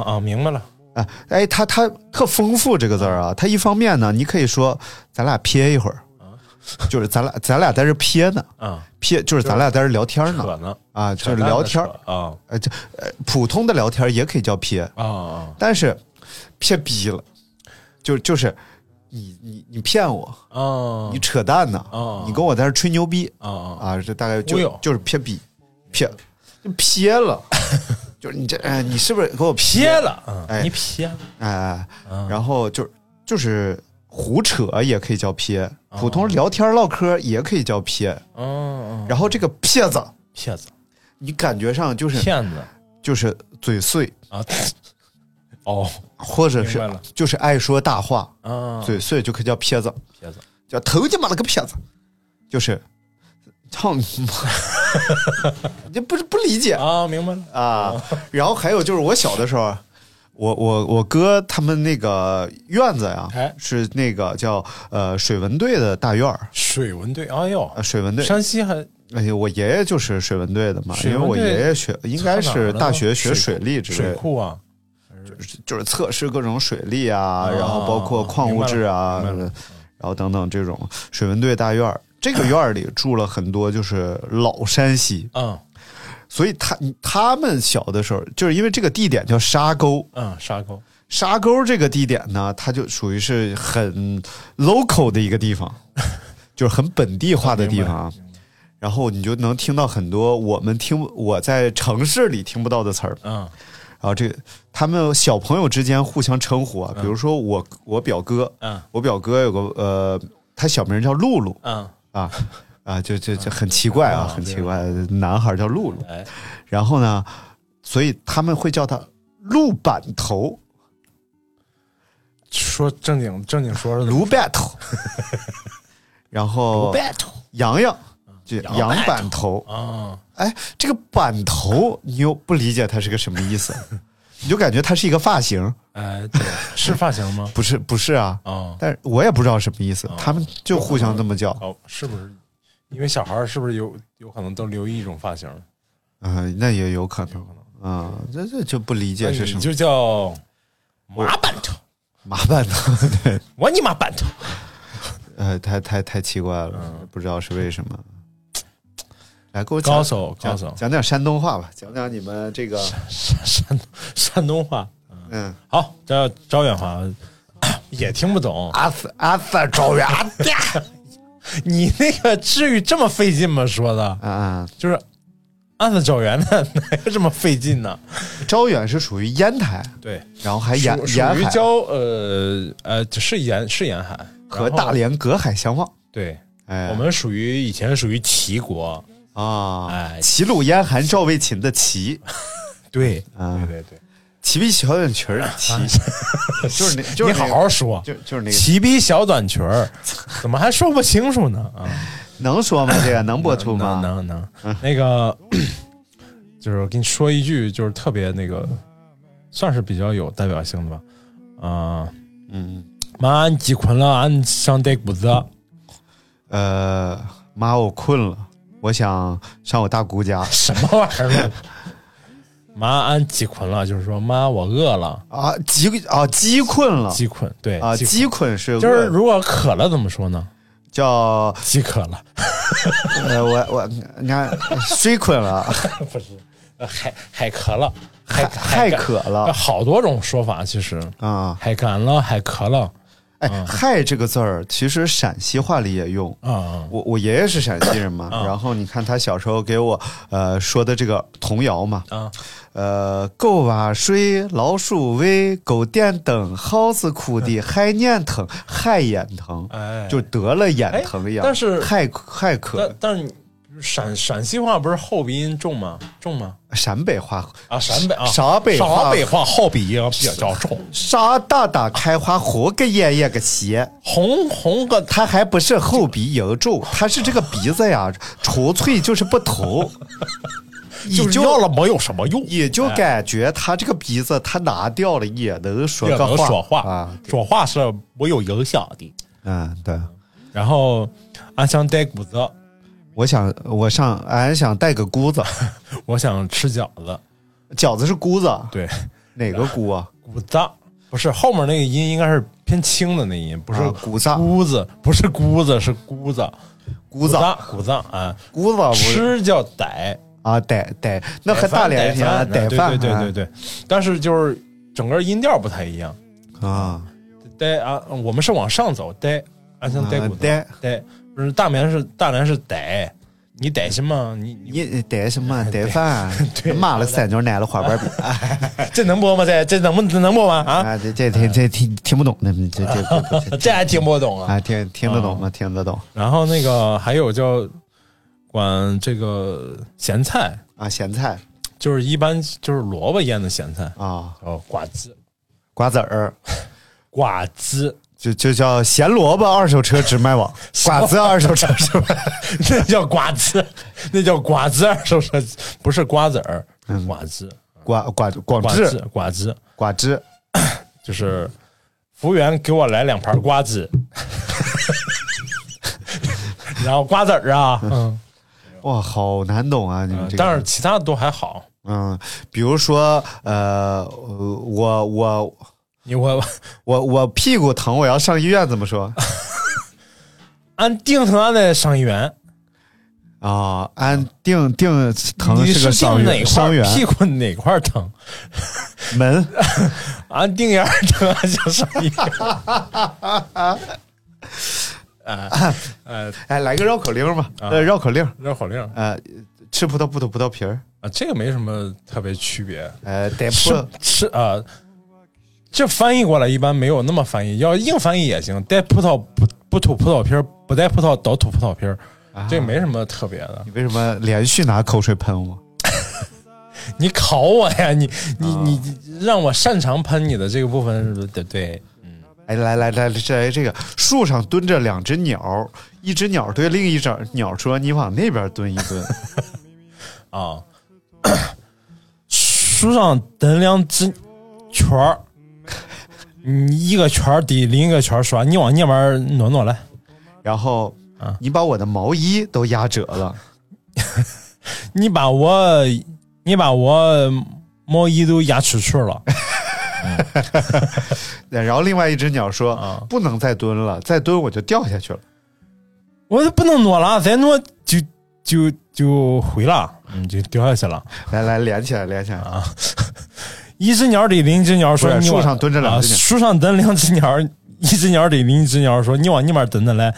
C: 啊啊啊！明白了，
B: 哎哎，它它特丰富这个字儿啊，它一方面呢，你可以说咱俩撇一会儿， 就是咱俩咱俩在这撇呢，
C: 啊，
B: 撇就是咱俩在这聊天
C: 扯
B: 呢
C: 呢，
B: 啊，就
C: 扯
B: 是
C: 淡的
B: 聊天
C: 扯
B: 儿，
C: 啊
B: 呃，这呃普通的聊天也可以叫撇，
C: 啊啊
B: 但是撇逼了，就就是你你你骗我，
C: 啊！
B: 你扯淡呢，
C: 啊
B: 你跟我在这吹牛逼
C: 啊啊
B: 啊，这大概
C: 忽
B: 就
C: 悠
B: 就是撇逼，撇就撇 了，就是你这哎，你是不是给我
C: 撇了，嗯
B: 哎
C: 你撇了
B: 哎，
C: 啊
B: 然后就就是胡扯也可以叫撇，
C: 哦
B: 普通聊天唠嗑也可以叫撇。
C: 嗯，嗯
B: 然后这个撇子，
C: 骗子，
B: 你感觉上就是
C: 骗子
B: 就是嘴碎，
C: 啊！哦，
B: 或者
C: 明白
B: 是
C: 了
B: 就是爱说大话，
C: 啊，
B: 嘴碎就可以叫撇子，
C: 骗子，
B: 叫头你妈了个撇子，就是操你妈， 你这不是不理解
C: 啊，明白了，
B: 啊。然后还有就是我小的时候，啊我我我哥他们那个院子呀，
C: 哎
B: 是那个叫呃水文队的大院儿，
C: 水文队，哎呦，
B: 呃水文队。
C: 山西还
B: 哎呀，我爷爷就是水文队的嘛，因
C: 水
B: 为
C: 文
B: 我
C: 队
B: 爷爷学应该是大学学水利之类
C: 水
B: 的，
C: 库啊，
B: 就是测试各种水利啊，
C: 啊
B: 然后包括矿物质啊，
C: 明白了明白了
B: 然后等等这种水文队大院儿。这个院儿里住了很多就是老山西，
C: 嗯
B: 所以他他们小的时候，就是因为这个地点叫沙沟，
C: 嗯，沙沟
B: 沙沟这个地点呢，它就属于是很 local 的一个地 方，就是很本地化的地方啊。然后你就能听到很多我们听我在城市里听不到的词儿。
C: 嗯
B: 然后这个他们小朋友之间互相称呼啊，比如说我我表哥，
C: 嗯
B: 我表哥有个呃，他小名叫露露
C: 嗯，
B: 啊啊，就就就很奇怪啊，
C: 啊
B: 很奇怪，男孩叫露露。
C: 哎，
B: 然后呢，所以他们会叫他鹿板头。
C: 说正经正经说
B: 卢 battle，然后
C: battle 嗯
B: 洋洋，就洋板头。
C: 啊，
B: 哎，这个板头你又不理解它是个什么意 思，你就感觉它是一个发型，
C: 哎，对，是发型 吗？
B: 不是不是啊？
C: 啊，
B: 但是我也不知道什么意思，他们就互相这么叫。
C: 哦，是不是？因为小孩儿是不是有有可能都留一种发型？
B: 嗯、那也有可能啊、这这就不理解是什
C: 你
B: 么
C: 就叫马板头，
B: 马板头，对，
C: 我你妈板头，
B: 呃，太太太奇怪了，不知道是为什么。来，给我讲
C: 嗯高手
B: 讲
C: 高手，
B: 讲点山东话吧，讲讲你们这个，
C: 山山山东话。
B: 嗯，
C: 好，这招远华也听不懂。
B: 阿斯阿斯周元
C: 啊哒！你那个至于这么费劲吗？说的
B: 啊啊，
C: 就是案子找源的，哪有这么费劲呢？
B: 招远是属于烟台，
C: 对，
B: 然后还沿
C: 属
B: 沿
C: 属于
B: 海
C: 交呃呃，是沿是沿海
B: 和
C: 然后
B: 大连隔海相望。
C: 对，
B: 哎，
C: 我们属于以前属于齐国，
B: 啊
C: 哎，
B: 齐鲁燕韩赵魏秦的齐，
C: 对，
B: 啊
C: 对对
B: 齐逼小短裙儿，齐， 就是 那，就
C: 哎
B: 是那
C: 对，你好
B: 个
C: 好说。
B: 就就是那个，
C: 齐逼小短裙儿， 怎么还说不清楚呢？啊，
B: 能说吗？这个能播出吗？
C: 能能能，那个 就是我跟你说一句，就是特别那个，算是比较有代表性的吧。啊、
B: 嗯，
C: 妈，俺几困了，俺上带谷子。
B: 呃，妈，我困了，我想上我大姑家。
C: 什么玩意儿？ 妈，俺几困了，就是说妈，我饿了，
B: 啊，鸡啊，鸡困了
C: 几困。对
B: 啊，
C: 饥
B: 鸡困是
C: 困就是
B: 饿
C: 如果渴了怎么说呢？
B: 叫
C: 饥渴了，
B: 呃，我我你 看，虽困了，
C: 不是，呃海海渴了，海
B: 太
C: 干呃
B: 渴了
C: 好多种说法，其实
B: 啊。
C: 海干了，海渴了，嗯
B: 哎，嗨这个字儿，其实陕西话里也用。
C: 啊、
B: 我我爷爷是陕西人
C: 嗯
B: 嘛，然后你看他小时候给我呃说的这个童谣嘛，
C: 啊，
B: 呃，狗娃睡，老鼠喂，狗电灯，耗子哭的害眼疼，害眼疼，
C: 嗯哎，
B: 就得了眼疼一样。
C: 哎但是
B: 害害渴
C: 但，但是你陕陕西话不是后鼻音重吗？重吗？
B: 陕北话，
C: 啊，陕北啊，
B: 陕北话
C: 陕北话后鼻音比较重。
B: 沙大大开花，活个爷爷个鞋。
C: 红红个
B: 呃他还不是后鼻油皱，他是这个鼻子呀，愁脆就是不头。也
C: 就是要了没有什么用，
B: 也就
C: 哎
B: 感觉他这个鼻子他拿掉了也能说
C: 也
B: 个
C: 能
B: 话
C: 说话，
B: 啊，
C: 说话是没有影响的。
B: 嗯，对。
C: 然后俺想带骨子，
B: 我想，我上，俺想带个姑子，
C: 我想吃饺子，
B: 饺子是姑子，
C: 对，
B: 哪个姑啊？
C: 骨子不是后面那个音应该是偏轻的那音，不是
B: 啊骨子
C: 姑子，不是姑子，是姑子，
B: 姑子，
C: 骨子啊，
B: 姑子不是
C: 吃叫逮，
B: 啊，逮逮，那和大连一样，
C: 逮
B: 逮饭，
C: 饭，哎
B: 啊
C: 对对对对对，但是就是整个音调不太一样。
B: 对啊，
C: 呆啊，我们是往上走，呆，俺像呆骨头，
B: 啊逮
C: 呆，不是大连是大连是呆，你逮什么？你你
B: 你逮什 么？逮饭，啊骂了三脚奶了花瓣饼，
C: 这能播吗？这这能不这能播吗？啊，
B: 啊，这这听这听听不懂的，这这这 这
C: 这还听不懂啊。
B: 啊，听听得懂吗？听得懂
C: 然后那个还有叫管这个咸菜，
B: 啊，咸菜
C: 就是一般就是萝卜腌的咸菜，
B: 啊，
C: 哦，瓜子，
B: 瓜子儿，
C: 瓜子，
B: 就就叫咸萝卜二手车直卖网，瓜子二手车直卖网。
C: 那叫瓜子， 那叫瓜子儿，是不是？不是瓜子儿，是瓜子，
B: 瓜瓜广
C: 瓜
B: 智
C: 子，瓜子。
B: 瓜汁，
C: 就是服务员给我来两盘瓜子， 然后瓜子儿啊，嗯，
B: 哇，好难懂啊！你们这个，
C: 呃但是其他的都还好。
B: 嗯，比如说，呃，我我
C: 你我
B: 我我屁股疼，我要上医院，怎么说
C: 俺定疼俺的伤员，
B: 啊？按定定疼
C: 你
B: 是个
C: 是
B: 伤
C: 定哪
B: 员，伤
C: 块
B: 员
C: 儿屁股哪块儿疼？
B: 门
C: 俺定眼儿疼，俺想上医院。
B: 哎，来个绕口令吧，
C: 啊
B: 呃，绕口令，
C: 绕口令
B: 呃，吃葡萄不吐葡萄皮儿，
C: 啊，这个没什么特别区别。
B: 呃，得
C: 吃
B: 破
C: 吃啊，这翻译过来一般没有那么翻译，要硬翻译也行。带葡萄不不吐葡萄皮儿，不带葡萄倒吐葡萄皮儿，这没什么特别的。
B: 你为什么连续拿口水喷我？
C: 你考我呀，你你你你让我擅长喷你的这个部分是不是对对？
B: 哎，来来来，这来这个树上蹲着两只鸟，一只鸟对另一只鸟说：“你往那边蹲一蹲。
C: 啊，树上等两只圈儿，你一个圈儿抵另一个圈儿说，你往那边挪挪来。”
B: 然后
C: 啊
B: 你把我的毛衣都压折了，
C: 你把我，你把我毛衣都压出去了。
B: 然后另外一只鸟说：“
C: 啊
B: 不能再蹲了，再蹲我就掉下去了。
C: 我就不能挪了，再挪就就就回了，嗯，就掉下去了。”
B: 来来，连起来，连起来。
C: 一只鸟对另一只鸟说：“
B: 啊不是
C: 你往
B: 树上蹲着两只鸟
C: 啊树上蹲两只鸟，一只鸟对另一只鸟说：‘你往那边蹲着来，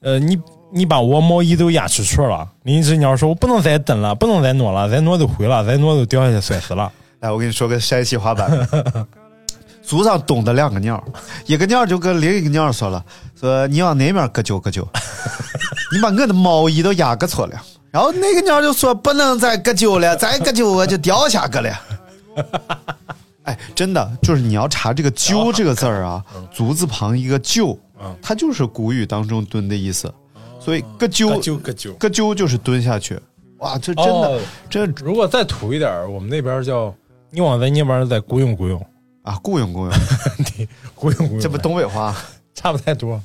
C: 呃，你你把我毛衣都压出去了。’另一只鸟说：‘我不能再蹲了，不能再挪了，再挪就毁了，再挪就掉下去摔死了。
B: 来，我跟你说个山西话版本。族上懂得两个鸟，一个鸟就跟另一个鸟说了：“说你往那边搁揪搁揪，你把我的毛衣都压搁错了。”然后那个鸟就说：“不能再搁揪了，再搁揪我就掉下去了。”哎，真的就是你要查这个“揪”这个字儿啊，足字旁一个“就”，它就是古语当中“蹲”的意思，所以“搁揪”“
C: 个啾。
B: 搁揪”就是蹲下去。哇，这真的
C: 哦，
B: 这
C: 如果再土一点，我们那边叫‘你往咱那边再咕用咕 用，
B: 啊，雇佣雇佣，
C: 咕用咕用’，
B: 这不东北话。
C: 差不 太多。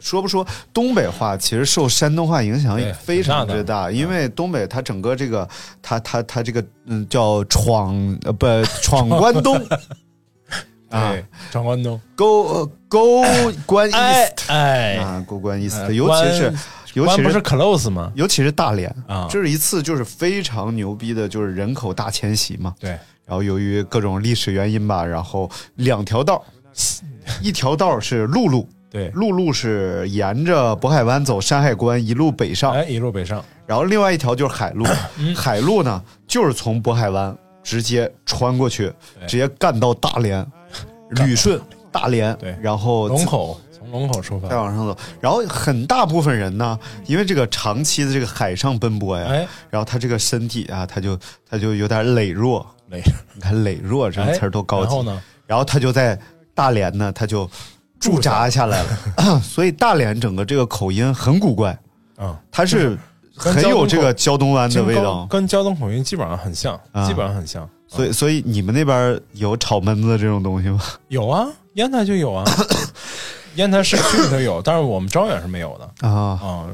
B: 说不说东北话，其实受山东话影响也
C: 对
B: 非常之
C: 很
B: 大，因为东北它整个这个，它它它这个嗯叫闯呃 不闯关东啊
C: 对，闯关东，
B: ，go go 关
C: 哎
B: east
C: 哎，
B: 啊，go 关 east，
C: 哎
B: 尤其是
C: 关
B: 尤
C: 关
B: 其
C: 不是
B: 是
C: close 吗？
B: 尤其是大连
C: 啊
B: 这是一次就是非常牛逼的，就是人口大迁徙嘛，
C: 对，
B: 然后由于各种历史原因吧，然后两条道儿，一条道儿是陆路。
C: 对，
B: 陆路是沿着渤海湾走山海关一路北上，
C: 哎，一嗯路北上，
B: 然后另外一条就是海路， 海路呢就是从渤海湾直接穿过去，
C: 哎
B: 直接干到大连、旅顺、大连，
C: 对
B: 然后
C: 龙口从龙口出
B: 再
C: 发，
B: 往上走，然后很大部分人呢，因为这个长期的这个海上奔波呀，
C: 哎
B: 然后他这个身体啊，他就他就有点羸弱，
C: 北
B: 你看羸弱这个词儿多高级。
C: 哎然后呢，
B: 然后他就在大连呢，他就驻 扎下来了，所以大连整个这个口音很古怪，
C: 嗯，
B: 他是
C: 跟
B: 很
C: 胶
B: 有
C: 东
B: 这
C: 口
B: 个胶东湾的味道。
C: 跟胶东口音基本上很像，
B: 啊
C: 基本上很像。
B: 所以，所以你们那边有炒焖子这种东西吗？
C: 有啊，烟台 就有啊，烟台市区里头有，但是我们招远是没有的
B: 啊，
C: 啊。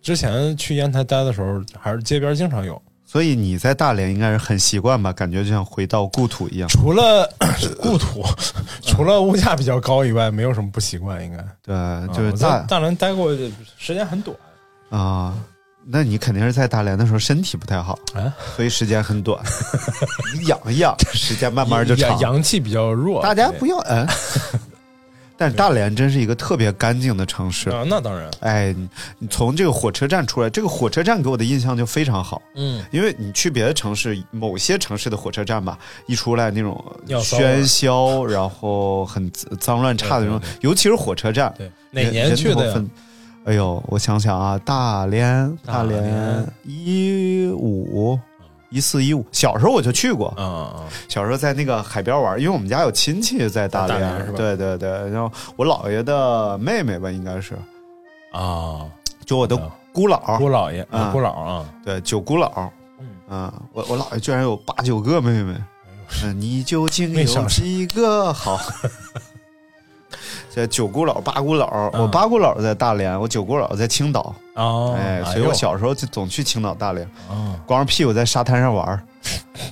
C: 之前去烟台待的时候，还是街边经常有。
B: 所以你在大连应该是很习惯吧？感觉就像回到故土一样。
C: 除 了故土，
B: 嗯
C: 除了物价比较高以外，没有什么不习惯，应该。
B: 对，
C: 啊
B: 就是
C: 我在
B: 大
C: 大连待过时间很短，
B: 啊。那你肯定是在大连的时候身体不太 好，
C: 啊
B: 所以时间很 短，你养一养，时间慢慢就
C: 阳
B: 长。
C: 阳气比较弱。
B: 大家不要 嗯，但是大连真是一个特别干净的城市。
C: 啊，那当然，
B: 哎，你你从这个火车站出来，这个火车站给我的印象就非常好，
C: 嗯，
B: 因为你去别的城市，某些城市的火车站吧，一出来那种
C: 尿骚味儿
B: 喧 嚣，然后很脏乱差的那种
C: 对对，
B: 尤其是火车站，
C: 对，哪
B: 人
C: 年去？
B: 人
C: 的
B: 头
C: 呀
B: 分？哎呦，我想想啊，大连，
C: 大
B: 大
C: 连
B: 连一五一四一五，小时候我就去过，
C: 啊啊，
B: 小时候在那个海边玩，因为我们家有亲戚在大
C: 在
B: 连，
C: 大连是吧
B: 对对对。然后我姥爷的妹妹吧，应该是，
C: 啊啊，
B: 就我的
C: 啊
B: 姑姥，
C: 姑姥爷，
B: 啊
C: 姑姥啊，
B: 对九姑姥，
C: 嗯哎
B: 嗯，我我姥爷居然有八九个妹妹，嗯，你究竟
C: 没
B: 有
C: 想上
B: 几个 好？这九姑姥、八姑姥，
C: 嗯
B: 我八姑姥在大连，我九姑姥在青岛，
C: 哦，
B: 哎，所以
C: 呦
B: 我小时候就总去青岛、大连。
C: 啊，
B: 光着屁股在沙滩上玩儿。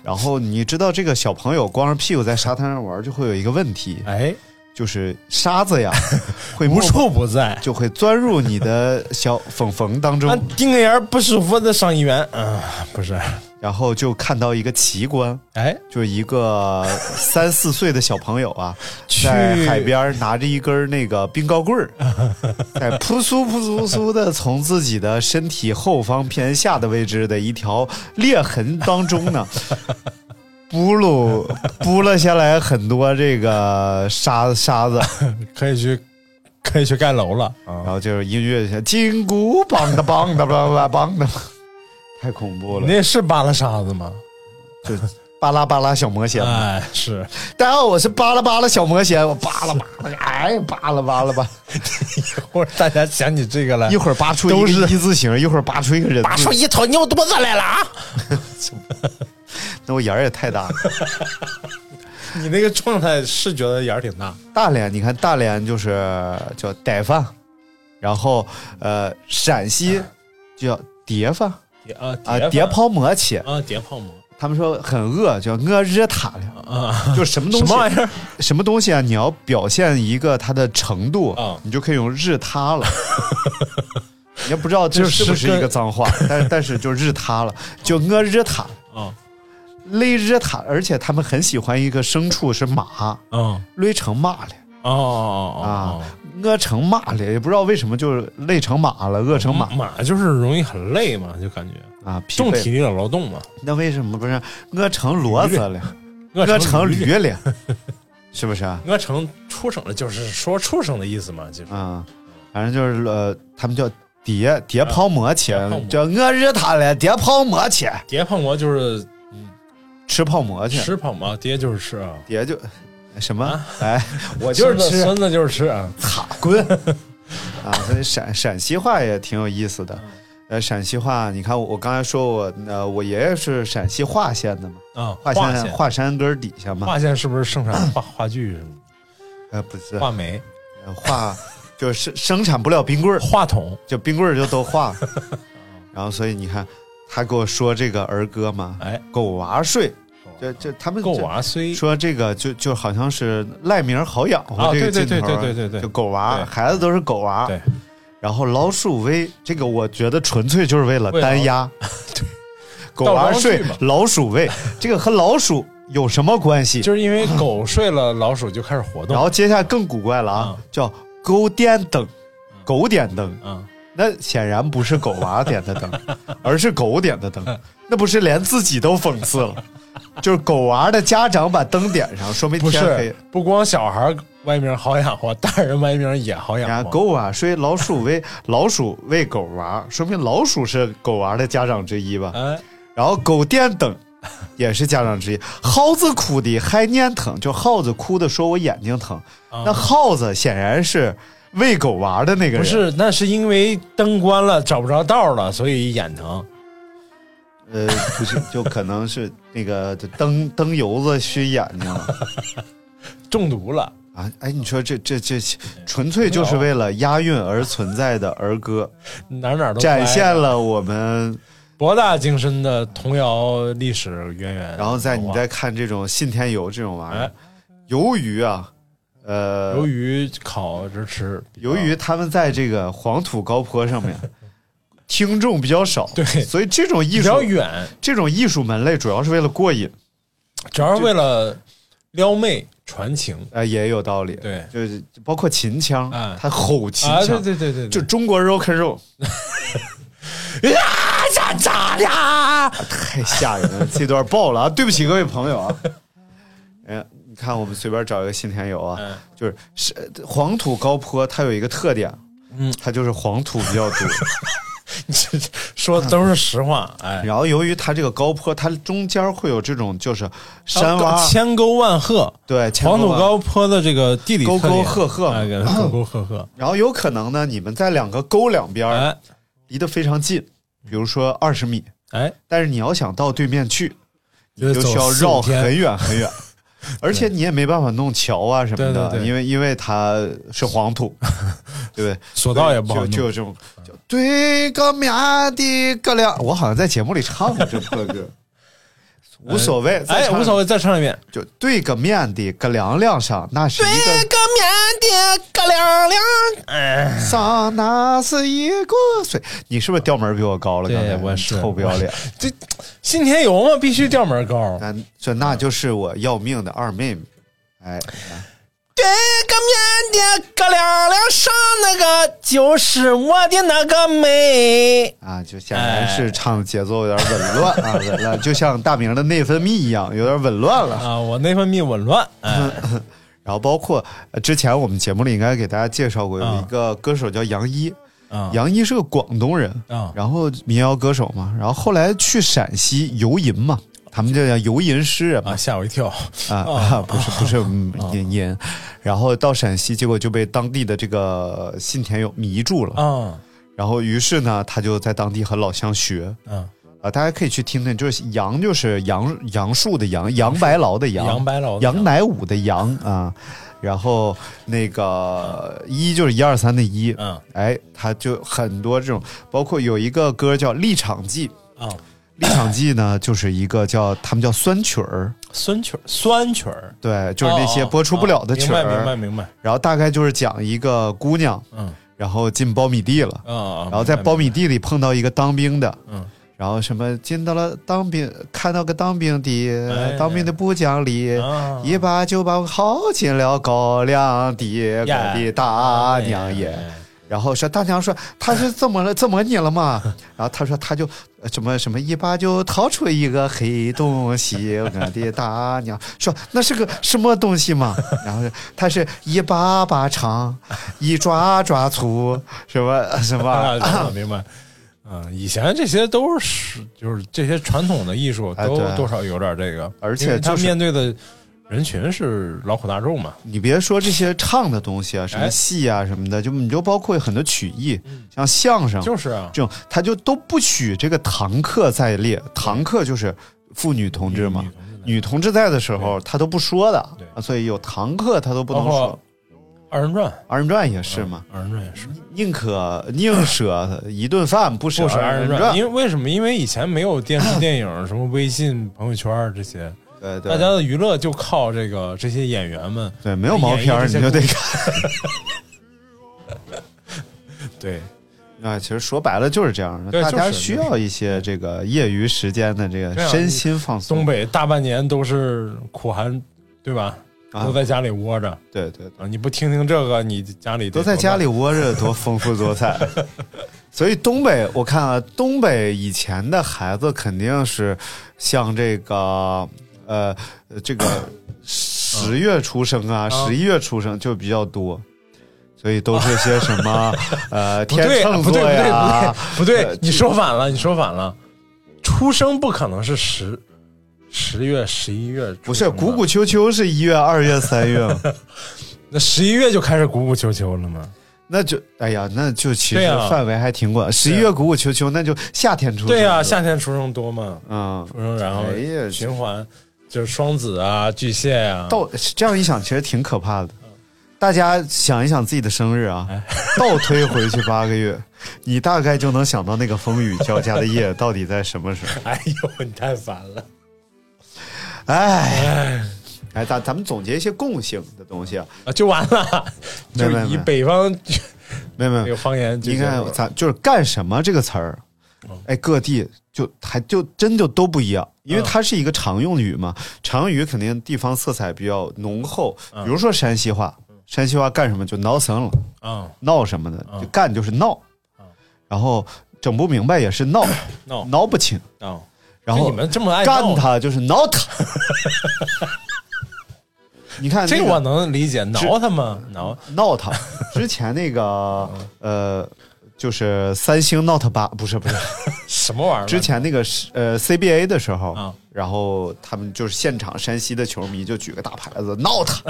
B: 然后你知道这个小朋友光着屁股在沙滩上玩儿就会有一个问题，
C: 哎，
B: 就是沙子 呀会
C: 无
B: 默默
C: 处不在。
B: 就会钻入你的小缝缝当
C: 啊
B: 中，，
C: 丁个眼不舒服的上医院，嗯，不是，
B: 然后就看到一个奇观，
C: 哎，
B: 就是一个三四岁的小朋友啊，
C: 去
B: 在海边儿拿着一根儿那个冰糕棍 儿，在扑簌扑簌簌的从自己的身体后方偏下的位置的一条裂痕当中 呢， 拨噜拨了下来很多这个沙沙子，啊
C: 可以去，可以去盖楼了
B: 然
C: 啊。
B: 后就是音乐一下金箍棒的棒的棒的棒的， 太恐怖
C: 你
B: 了，
C: 那是扒拉沙子吗？
B: 就巴拉巴拉小魔仙。
C: 哎，是，
B: 大家好，我是巴拉巴拉小魔仙，我巴拉巴拉，哎，巴拉巴拉吧。
C: 或者大家想起这个来
B: 一，会儿扒出
C: 哎都
B: 一
C: 是
B: 个一字形，一会儿扒出一个人字，
C: 拔出一头牛犊子来了啊！
B: 那我眼儿也太大了。
C: 你那个状态是觉得眼儿挺大，
B: 大连，你看大连就是叫逮饭，然后呃陕
C: 哎
B: 西叫碟饭
C: 叠啊
B: 啊碟泡馍起，
C: 啊叠泡馍
B: 他们说很饿叫饿热塔了，
C: 啊，
B: 就是什么东
C: 什
B: 西
C: 么玩意儿？
B: 什么东西啊？你要表现一个它的程度，
C: 啊
B: 你就可以用日他 了。你也不知道这
C: 就是
B: 不是
C: 跟
B: 一个脏话，但是 但是就日他了，就呃日他
C: 啊
B: 勒日他，而且他们很喜欢一个牲畜是马，
C: 啊哦
B: 勒成马了
C: 哦哦
B: 啊，饿成马了，也不知道为什么就是累成马了，饿成马
C: 哦，马就是容易很累嘛，就感觉
B: 啊，疲
C: 重嗯体
B: 惫。
C: 力的劳动嘛，
B: 那为什么不是饿成骡子了，
C: 饿
B: 饿成 驴了， 是不是啊？
C: 鹅城出省的就是说出省的意思嘛，就是
B: 啊，反正就是呃，他们叫叠叠泡馍去
C: 啊叠泡馍，
B: 叫饿日他了，叠泡馍去，
C: 叠泡馍就是
B: 吃泡馍去，
C: 吃泡馍，叠就是吃啊，
B: 叠就什么
C: 啊？
B: 哎，
C: 我
B: 就是吃
C: 孙子就是吃啊，
B: 擦滚啊！所以陕陕西话也挺有意思
C: 嗯
B: 的。呃，陕西话，你看我我刚才说我呃，我爷爷是陕西华县的嘛，
C: 啊，
B: 华
C: 县
B: 山华山根儿底下嘛，
C: 华县是不是盛产话话剧什么
B: 呃不是
C: 的话梅、
B: 呃华，就是生产不了冰棍儿，
C: 话筒？
B: 就冰棍儿就都 化了。然后所以你看，他给我说这个儿歌嘛，
C: 哎，
B: 狗娃睡，就就他们
C: 够
B: 这
C: 哦娃虽
B: 说这个就就好像是赖名儿好养
C: 啊
B: 活这个劲
C: 对对
B: 头儿，
C: 对对对对
B: 就狗娃
C: 对
B: 孩子都是狗娃，
C: 对。
B: 然后老鼠威这个我觉得纯粹就是为了
C: 为了
B: 单 压，对，狗娃
C: 倒
B: 睡
C: 装句嘛
B: 老鼠威，这个和老鼠有什么关系？
C: 就是因为狗睡了，老鼠就开始活动。
B: 然后接下来更古怪了啊，
C: 嗯
B: 叫狗点灯，狗点灯，
C: 嗯，
B: 那显然不是狗娃点的灯， 而是狗点的灯，那不是连自己都讽刺了，就是狗娃的家长把灯点上，说明
C: 不
B: 天黑
C: 是。，不光小孩儿歪名好养活，大人歪名也好养
B: 然
C: 活。
B: 后狗娃睡老鼠喂老鼠喂狗娃，说明老鼠是狗娃的家长之一吧？
C: 哎，
B: 然后狗电等，也是家长之一。耗子
C: 啊
B: 哭的还念疼，就耗子哭的说我眼睛疼。那耗子显然是喂狗娃的那个人，
C: 不是，那是因为灯关了找不着道了，所以眼疼。
B: 呃，不是，就可能是那个灯灯油子熏眼睛了
C: 中毒了，
B: 啊！哎，你说这这这纯粹就是为了押韵而存在的儿歌，
C: 哪哪都
B: 展现
C: 歪
B: 了我们。
C: 博大精深的童谣历史渊源。
B: 然后在你
C: 好吧
B: 再看这种信天游这种玩意儿
C: 哎，
B: 鱿鱼啊，呃，
C: 鱿鱼烤着吃，
B: 由于他们在这个黄土高坡上 面，听众比较少，
C: 对
B: 所以这种艺
C: 比
B: 术
C: 较远，
B: 这种艺术门类主要是为了过瘾，
C: 主要是为了撩妹传情
B: 呃，也有道理，
C: 对
B: 就是包括秦腔
C: 哎，
B: 他吼秦
C: 啊！对
B: 腔，
C: 对对对，
B: 就中国 rock and roll
C: 啊咋咋呀？
B: 太吓人了，这段爆了啊！对不起各位朋友啊，哎呀，你看我们随便找一个信天游啊，
C: 嗯
B: 就是是呃黄土高坡，它有一个特点，嗯，它就是黄土比较多。
C: 这 说的都是实话， 哎，
B: 然后由于它这个高坡，它中间会有这种就是山洼、
C: 哦千沟万壑，
B: 对千沟
C: 黄
B: 万
C: 土高坡的这个地理特点
B: 沟沟壑壑
C: 哎沟沟壑壑，
B: 然后有可能呢，你们在两个沟两边儿
C: 哎
B: 离得非常近，比如说二十米，
C: 哎，
B: 但是你要想到对面去，
C: 就
B: 你就需要绕很远很 远，而且你也没办法弄桥啊什么
C: 对对
B: 的，
C: 对
B: 因为因为它是黄 土，对不对？
C: 索道也不好
B: 就
C: 弄
B: 就有这种就对个面的个亮，我好像在节目里唱过这破歌， 无所谓，再
C: 哎，
B: 唱
C: 无所谓，再唱一遍。
B: 就对个面的个凉凉上，那是一个
C: 面的个亮亮，哎，
B: 上那是一个水。你是不是调门儿比我高了？刚才
C: 对，我是
B: 臭不要脸。，哎
C: 这信天游嘛，必须调门高。
B: 那这那就是我要命的二妹妹。哎，
C: 对个面的个亮亮上那个就是我的那个美。
B: 啊，就显然是唱的节奏有点紊乱啊，紊乱，就像大明的内分泌一样，有点紊乱了。
C: 啊，我内分泌紊乱，哎，
B: 然后包括呃之前我们节目里应该给大家介绍过，有一个歌手叫杨一，
C: 啊
B: 杨一是个广东人，
C: 啊
B: 然后民谣歌手嘛，然后后来去陕西游吟嘛，他们就叫游吟诗人嘛
C: 啊，，吓我一跳，
B: 啊啊，不是不是嗯吟吟，然后到陕西，结果就被当地的这个信田友迷住了，
C: 啊
B: 然后于是呢，他就在当地和老乡学。
C: 啊，
B: 啊，大家可以去听听，就是杨，就是杨杨树的杨，杨白劳的 杨，
C: 杨白劳的杨
B: 杨乃武的杨啊，然后那个一就是一二三的一，
C: 嗯，
B: 哎，他就很多这种，包括有一个歌叫《立场记》，
C: 啊，
B: 《立场记》呢就是一个叫他们叫酸曲儿，
C: 酸曲儿酸曲儿，哦
B: 对，就是那些播出不了的曲
C: 哦哦哦明白
B: 儿，
C: 明白明白，
B: 然后大概就是讲一个姑娘，
C: 嗯，
B: 然后进苞米地了，
C: 啊，
B: 然后在苞米地里碰到一个当兵的，
C: 嗯，
B: 然后什么进到了当兵，看到个当兵的，
C: 哎
B: 当兵的不讲理，
C: 啊
B: 一把就把我薅进了高粱地，
C: 呀
B: 我的大啊娘耶！
C: 哎
B: 然后说大娘说他是怎么了，怎么你了嘛？ 然后他说他就呃什么什么一把就掏出一个黑东 西，我的大娘说那是个什么东西嘛？ 然后他是一把把长，一抓抓粗，什么什么
C: 啊，啊明白。嗯，以前这些都是就是这些传统的艺术
B: 哎
C: 都
B: 对
C: 多少有点这个，
B: 而且
C: 因为他
B: 就是嗯
C: 面对的人群是劳苦大众嘛，
B: 你别说这些唱的东西啊，什么
C: 哎嗯
B: 戏啊什么的，就你就包括很多曲艺，像相声，
C: 就是啊，
B: 这种，他就都不许这个堂客在列，堂客就是妇女同志嘛，女同志在的时候他都不说的，
C: 对
B: 啊所以有堂客他都不
C: 包
B: 能
C: 括
B: 说。
C: 二人转，
B: 二人转也是嘛，
C: 二人转也是，
B: 宁可宁舍一顿饭，不舍
C: 嗯不是二
B: 人
C: 人转，因为为什么？因为以前没有电视、电影、什么微信朋友圈儿这些，
B: 对
C: 大
B: 对，
C: 家的娱乐就靠这个这些演员们，
B: 对没有毛片儿
C: 演绎
B: 你
C: 这些
B: 就得
C: 故事
B: 看。
C: 对，
B: 啊，其实说白了就是这样的，
C: 对
B: 大家
C: 就是
B: 需要一些这个业余时间的这个
C: 对啊
B: 身心放松。
C: 东北大半年都是苦寒，对吧？
B: 啊
C: 都在家里窝着
B: 对对对。
C: 啊！你不听听这个，你家里得
B: 都在
C: 多
B: 家
C: 烂
B: 里窝着，多丰富多 彩。所以东北，我看啊，东北以前的孩子肯定是像这个呃这个十月出生啊，
C: 嗯
B: 十一月出生就比较多。所以都是些什 么呃
C: 不
B: 天
C: 对，啊
B: 秤
C: 不对，
B: 座
C: 不对
B: 呀，，
C: 不对，不
B: 呃
C: 对，你说反了，你说反了，出生不可能是十十月、十一月
B: 不
C: 出生的，
B: 是鼓鼓 秋秋是一月、二月、三月吗，
C: 那十一月就开始鼓鼓秋秋了吗？
B: 那就哎呀，那就其
C: 对
B: 实
C: 啊
B: 范围还挺广。十一月鼓鼓秋秋，那就夏天出生。
C: 对呀、啊夏天出生多嘛，
B: 嗯，
C: 出生然后
B: 哎呀
C: 循环就是双子啊、巨蟹啊，
B: 到这样一想，其实挺可怕的。大家想一想自己的生日啊，
C: 哎
B: 倒推回去八个月，你大概就能想到那个风雨交加的夜到底在什么时候。
C: 哎呦，你太烦了。
B: 哎，哎，咱咱们总结一些共性的东西啊，
C: 啊，就完了，
B: 没
C: 就
B: 没
C: 以
B: 没
C: 北方
B: 没有没
C: 那哎个哦
B: 有，
C: 方言就
B: 你
C: 是，
B: 看咱就是干什么这个词儿，哎，各地就还就真就都不一样，因为
C: 嗯
B: 它是一个常用语嘛，常用语肯定地方色彩比较浓厚，比如说山西话，山西话干什么就闹森了。
C: 嗯，
B: 闹什么的，
C: 嗯
B: 就干就是闹，然后整不明白也是闹，
C: 闹
B: 闹不清，
C: 啊，
B: 然后
C: 就你们这么爱
B: 干
C: 闹
B: 他就是挠 他。你看
C: 这
B: 那
C: 个
B: 个
C: 我能理解，挠他嘛，挠
B: 闹他，之前那个
C: 嗯
B: 呃，就是三星 Note 八，不是不 是，
C: 什么玩意儿？
B: 之前那个是呃 CBA 的时候，
C: 啊
B: 然后他们就是现场山西的球迷就举个大牌子闹 他，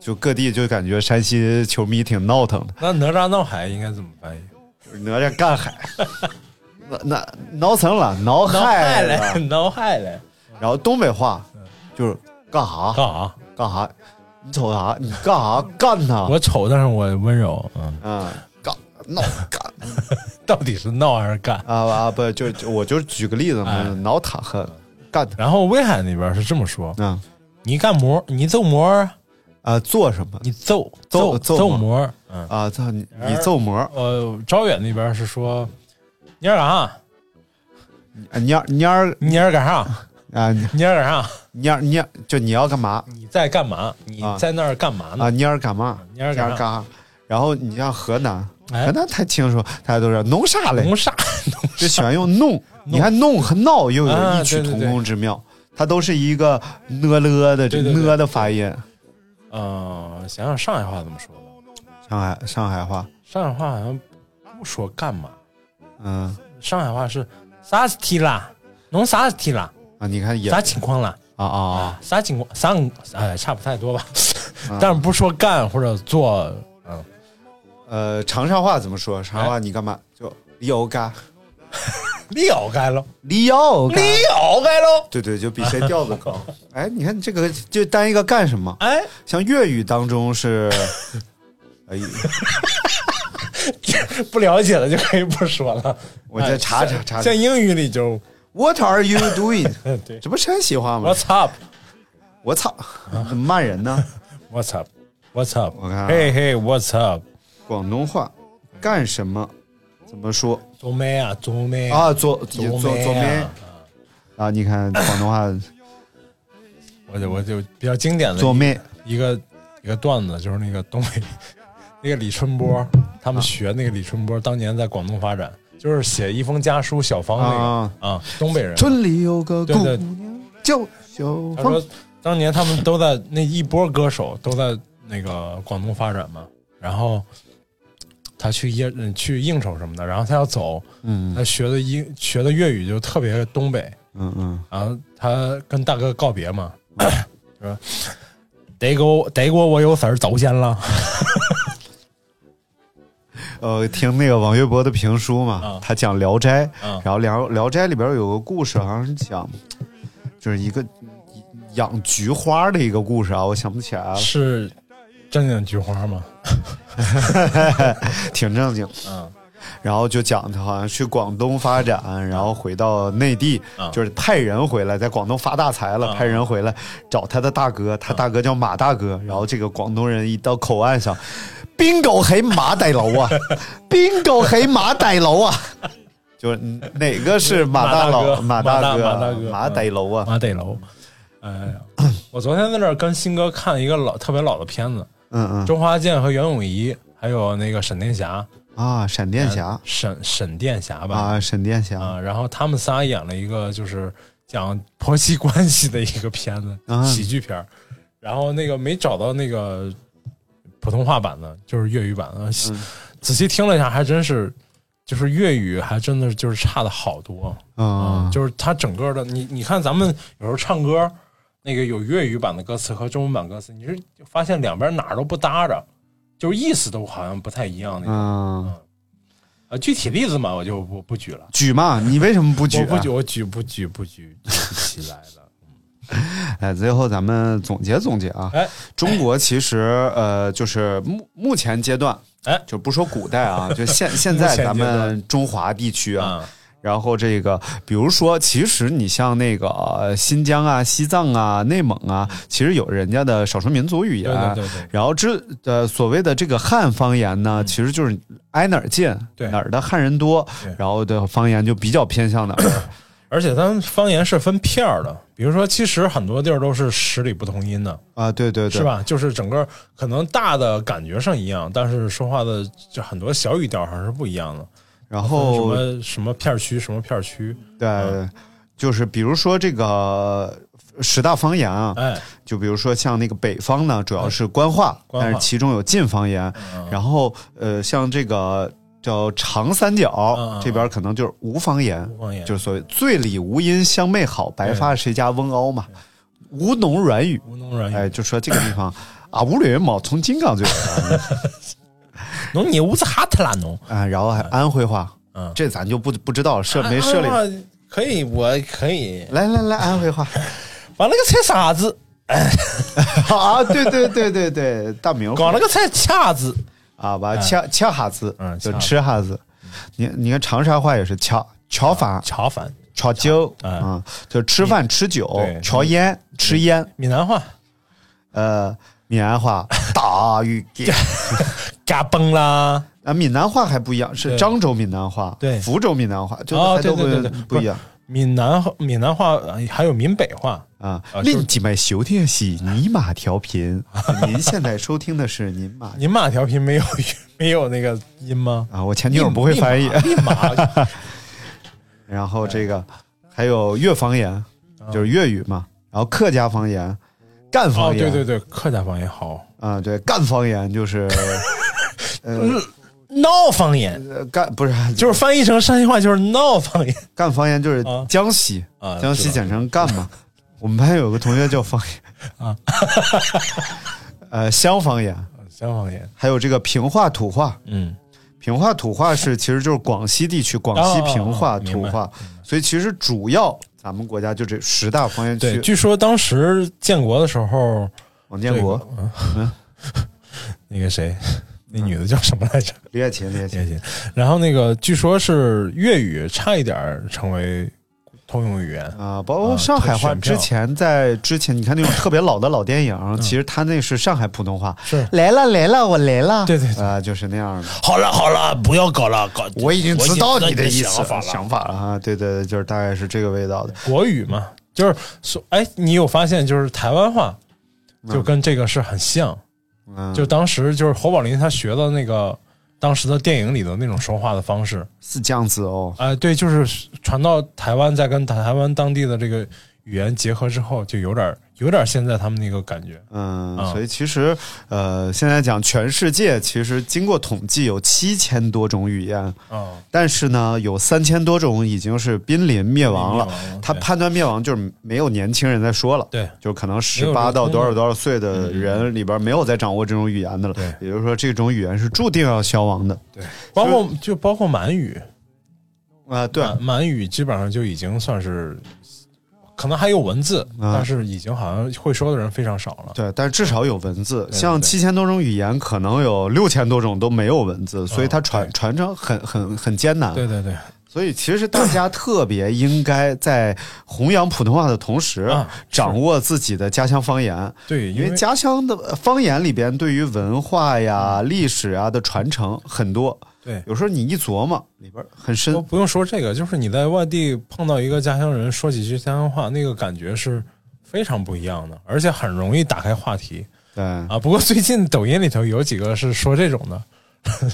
B: 就各地就感觉山西球迷挺闹腾的。
C: 那哪吒闹海应该怎么翻译？
B: 哪吒干海，那那挠层了，挠
C: 挠
B: 害
C: 嘞，
B: 了。啊
C: 挠海嘞，
B: 然后东北话就是干啥
C: 干啥？
B: 干啥，你瞅啥？你干啥干他？
C: 我丑，但是我温柔。嗯，
B: 嗯，干闹干
C: 到底是闹还是干？
B: 啊啊！不就就我就举个例子嘛
C: 哎，
B: 挠他和干他
C: 然后威海那边是这么说：
B: 啊
C: 你干膜，你揍膜，
B: 啊做什么
C: 你揍
B: 揍揍
C: 揍膜。嗯，
B: 啊？操你你揍膜
C: 呃，招远那边是说，你儿干啥？
B: 啊蔫儿蔫儿
C: 你儿干啥？
B: 啊
C: 你儿干啥？
B: 蔫儿蔫儿，就你要干嘛
C: 你在干嘛？你
B: 啊
C: 在那儿干嘛呢
B: 啊？？蔫儿干嘛？
C: 蔫儿干
B: 干啥？然后你像河南，
C: 哎
B: 河南太清楚，大家都知道弄啥嘞？
C: 谋 杀，
B: 就喜欢用弄，你看弄和闹又有
C: 啊
B: 异曲
C: 对对
B: 同
C: 对
B: 工之妙，它都是一个呢了的这
C: 对对对
B: 呢的发音。
C: 呃，想想上海话怎么说吧？
B: 上海上海话，
C: 上海话好像不说干嘛，
B: 嗯
C: 上海话是啥事体啦？弄啥事体啦？
B: 啊，你看也
C: 啥
B: 啊
C: 情况啦？
B: 啊啊，
C: 啥情况？啥哎，差不太多吧？但是不说干或者做，嗯，
B: 呃，长沙话怎么说？长
C: 哎
B: 沙话你干嘛？就撩嘎，
C: 了解了，
B: 撩嘎，
C: 了解喽。
B: 对对，就比谁调子高。哎，你看这个就单一个干什么？
C: 哎，
B: 像粤语当中是，哎，
C: 不了解了就可以不说了。
B: 我再查查
C: 哎
B: 查查
C: 像英语里就
B: What are you doing？
C: 对
B: 这不山西话吗？
C: What's up，What's
B: 我操，怎么骂人呢？
C: up，What's up，
B: 我看啊
C: 嘿嘿，What's up，
B: 广东话干什么？怎么说
C: 做咩啊，做咩
B: 啊？左
C: 做
B: 左左
C: 咩
B: 边
C: 啊？
B: 啊！你看广东话
C: 我就我就比较经典的
B: 左面
C: 一个一个段子，就是那个东北 那个李春波，
B: 嗯
C: 他们学那个李春波当年在广东发展，就是写一封家书小芳那
B: 啊
C: 个啊，东北人。
B: 村里有个
C: 对
B: 姑
C: 对
B: 娘叫小
C: 他
B: 芳
C: 说，当年他们都在那一波歌手都在那个广东发展嘛，然后他去应嗯去应酬什么的，然后他要走，
B: 嗯
C: 他学的英学的粤语就特别东北，
B: 嗯嗯
C: 然后他跟大哥告别嘛，说得给我得给我我有事儿走先了
B: 呃，听那个王玥博的评书嘛
C: 啊，
B: 他讲《聊斋》，
C: 啊
B: 然后《聊聊斋》里边有个故事，好像是讲就是一个养菊花的一个故事啊，我想不起来了，
C: 是正经菊花吗？
B: 挺正经。
C: 嗯，
B: 然后就讲他好像去广东发展，然后回到内地，
C: 嗯
B: 就是派人回来，在广东发大财了，
C: 嗯
B: 派人回来找他的大哥，他大哥叫马大哥。然后这个广东人一到口岸上，边狗黑马大佬 啊，边狗黑马大佬啊，就是哪个是马大佬？
C: 马大
B: 大
C: 哥
B: 哥
C: 马大马大，哥
B: 马大佬啊，
C: 马得楼。哎呀，我昨天在那儿跟新哥看一个老特别老的片子，
B: 嗯嗯
C: 周华健和袁咏仪，还有那个沈殿霞，
B: 啊，闪电侠
C: 沈沈殿霞吧，
B: 啊，闪电侠
C: 啊，然后他们仨演了一个就是讲婆媳关系的一个片子，
B: 啊
C: 喜剧片儿然后那个没找到那个普通话版的，就是粤语版的，
B: 嗯
C: 仔细听了一下，还真是。就是粤语还真的就是差的好多，
B: 啊，
C: 嗯就是它整个的，你你看咱们有时候唱歌，那个有粤语版的歌词和中文版歌词，你是发现两边哪儿都不搭着，就是意思都好像不太一样那种。
B: 嗯，
C: 啊，具体例子嘛，我就不不举了，
B: 举嘛，你为什么不举、
C: 我
B: 啊？
C: 不举，我举不举不举不起来了。
B: 哎，最后咱们总结总结啊，
C: 哎
B: 中国其实呃，就是目目前阶段，
C: 哎
B: 就不说古代啊，就 现现在咱
C: 目前阶
B: 们
C: 段
B: 中华地区 啊，
C: 啊，
B: 然后这个比如说，其实你像那个、呃新疆啊、西藏啊、内蒙啊，其实有人家的少数民族语
C: 嗯对
B: 言。
C: 对对对，
B: 然后这呃所谓的这个汉方言呢，其实就是挨哪儿近，
C: 嗯对
B: 哪儿的汉人多
C: 对，
B: 然后的方言就比较偏向哪儿。
C: 而且咱们方言是分片儿的，比如说，其实很多地儿都是十里不同音的，
B: 啊，对对对，
C: 是？吧？就是整个可能大的感觉上一样，但是说话的就很多小语调还是不一样的。
B: 然
C: 什
B: 后
C: 么什么片儿区，什么片儿区，嗯
B: 对，就是比如说这个十大方言啊，
C: 哎，
B: 就比如说像那个北方呢，主要是官话，
C: 嗯官话
B: 但
C: 嗯
B: 是其中有晋方言，然后呃，像这个叫长三
C: 嗯
B: 角
C: 嗯
B: 这边可能就是吴方言，
C: 方言
B: 就是所谓“醉里吴音相媚好，白发谁家翁媪”嘛，吴侬软语，
C: 吴侬软
B: 哎，
C: 语，
B: 就说这个地方啊，吴里毛从金刚最远
C: 侬你屋子哈特拉侬，
B: 啊，然后还安徽话
C: 嗯，
B: 这咱就不不知道涉没涉猎。
C: 啊可以，我可以。
B: 来来来，安徽话。
C: 完了个菜傻子，
B: 啊，对对对对对，大明
C: 搞了个菜卡子，
B: 啊吧，恰恰哈子，
C: 嗯
B: 就
C: 恰
B: 吃哈子。你你看长沙话也是恰恰饭、
C: 炒饭。
B: 恰酒
C: 哎
B: 啊，就吃饭吃酒
C: 对、嗯
B: 瞧烟吃烟。
C: 闽南话
B: 呃，闽南 话大鱼给
C: 嘎嘣啦，
B: 啊，闽南话还不一样，是
C: 对
B: 漳州闽南话、
C: 对
B: 福州闽南话，就
C: 哦
B: 还都不
C: 对对对对
B: 不一样
C: 闽南话闽南话呃还有闽北话，
B: 啊
C: 啊。就是
B: 另几麦修天喜尼玛调 频，您现在收听的是尼玛
C: 您骂调频没有没有那个音吗？
B: 啊，我前女友不会翻译。
C: 立马立马
B: 然后这
C: 哎
B: 个还有粤方言，
C: 啊
B: 就是粤语嘛，然后客家方言、赣
C: 哦，
B: 方言，
C: 对对对，客家方言好，
B: 啊，对赣方言就是
C: 闹方言
B: 呃赣不是
C: 就是翻译成山西话就是闹 方言
B: 赣方言就是
C: 啊
B: 江西，
C: 啊
B: 江西
C: 知道
B: 简称 赣嘛。我们班有个同学叫方言啊， 呃，湘方言，
C: 乡方言，
B: 还有这个平话、土话。
C: 嗯，
B: 平话、土话是其实就是广西地区广西平
C: 哦
B: 话、
C: 哦哦
B: 土
C: 明白
B: 话，所以其实主要咱们国家就这十大方言
C: 对，
B: 区。
C: 据说当时建国的时候，
B: 王建国
C: 这、个嗯那个谁， 那女的叫什么来着？
B: 李雪琴、李雪
C: 谢
B: 琴，
C: 谢。然后那个据说是粤语差一点儿成为通用语言，
B: 啊，包括
C: 啊
B: 上海话，
C: 选票
B: 之前在之前，你看那种特别老的老电影，其实他那嗯是上海普通话，
C: 是
B: 来了来了，我来了，
C: 对对对
B: 啊，就是那样的。
D: 好了好了，不要搞了，搞
B: 我已经知道你的意思
D: 想法了。
B: 想法了啊，对对对，就是大概是这个味道的。
C: 国语嘛，就是说，哎，你有发现就是台湾话就跟这个是很像，
B: 嗯，
C: 就当时就是侯宝林他学的那个。当时的电影里的那种说话的方式，
B: 是这样子哦，
C: 哎、对，就是传到台湾，再跟台湾当地的这个语言结合之后，就有点儿有点儿现在他们那个感觉。
B: 嗯，
C: 啊
B: 所以其实呃，现在讲全世界，其实经过统计有七千多种语言，
C: 嗯，
B: 但是呢，有三千多种已经是濒临灭亡了
C: 濒临灭。亡
B: 他
C: 对
B: 判断灭亡就是没有年轻人在说了，
C: 对
B: 就可能十
C: 没有
B: 八
C: 流通
B: 到多少
C: 了
B: 多少岁的人里边没有再掌握这种语言的了。
C: 嗯对
B: 也就是说，这种语言是注定要消亡的。
C: 包括就包括满语，
B: 啊、对，
C: 满满语基本上就已经算是，可能还有文字，
B: 啊
C: 但是已经好像会说的人非常少了。
B: 对，但是至少有文字。
C: 对
B: 像
C: 对
B: 七千多种语言，可能有六千多种都没有文字，所以它传、
C: 嗯对
B: 传承很很很艰难。
C: 对对对，
B: 所以其实大 家特别应该在弘扬普通话的同时，
C: 啊
B: 掌握自己的家乡方言。
C: 对
B: 因
C: 因
B: 为
C: 为
B: 家乡的呃方言里边对于文化呀、历史啊的传承很多，
C: 嗯对，哦
B: 有时候你一琢磨里边很深
C: 都。不用说这个，就是你在外地碰到一个家乡人，说几句家乡话，那个感觉是非常不一样的，而且很容易打开话题
B: 对，
C: 啊。不过最近抖音里头有几个是说这种的。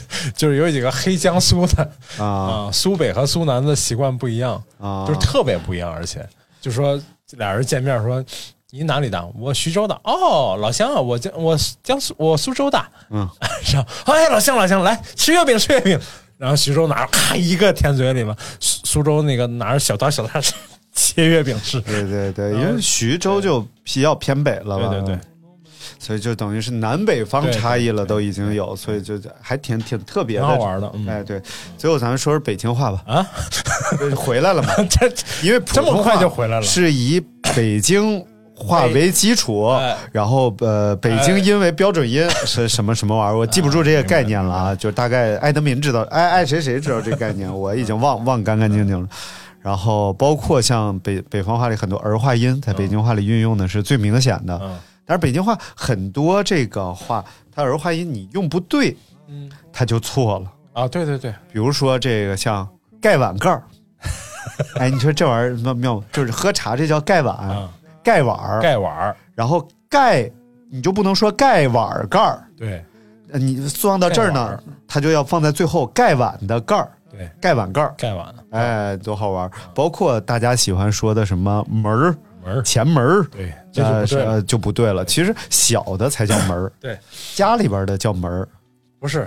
C: 就是有几个黑江苏的
B: 啊
C: 啊，苏北和苏南的习惯不一样，
B: 啊，
C: 就是特别不一样，而且就说俩人见面说你哪里的？我徐州的。哦，老乡啊，我江我江苏我苏州的。
B: 嗯，
C: 然后哎，老乡老乡，来吃月饼吃月饼。然后徐州拿着咔一个填嘴里嘛，苏苏州那个拿着小刀小刀切切月饼吃。
B: 对对对，因为徐州就比较偏北了吧？
C: 啊对对对，
B: 所以就等于是南北方
C: 对
B: 差异了，都已经有，所以就还挺挺特别的，
C: 挺好玩的嗯
B: 哎，对，最后咱们说说北京话 吧，
C: 啊，
B: 就是回来了嘛，
C: 这
B: 因为普
C: 这么
B: 通
C: 快
B: 话
C: 就回来了
B: 是以北京话为基础
C: 哎，
B: 然后呃，北京因为标准音是什么什么玩意儿，我记不住这些概念
C: 哎
B: 了啊，就大概艾德民知道，爱爱谁谁知道这个概 念，我已经忘忘干干净净了。然后包括像北北方话里很多儿化音，在北京话里运用的是最明显的。
C: 嗯
B: 但是北京话很多这个话，它儿化音你用不对，
C: 嗯
B: 它就错了。
C: 啊，对对对，
B: 比如说这个像盖碗盖儿， 哎，你说这玩意儿妙妙，就是喝茶这叫盖碗、
C: 嗯
B: 盖碗儿，
C: 盖碗儿，
B: 然后盖你就不能说盖碗儿盖儿，
C: 对
B: 呃你放到这儿
C: 盖碗
B: 呢
C: 儿，
B: 它就要放在最后盖碗的盖儿，
C: 对，
B: 盖碗盖儿，
C: 盖碗
B: 哎，多好玩儿！包括大家喜欢说的什么门儿、
C: 门儿，
B: 前门儿。
C: 对，这就
B: 呃
C: 不
B: 是
C: 对了，
B: 呃，就不对了。其实小的才叫门儿，
C: 对，
B: 家里边儿的叫门儿
C: 不是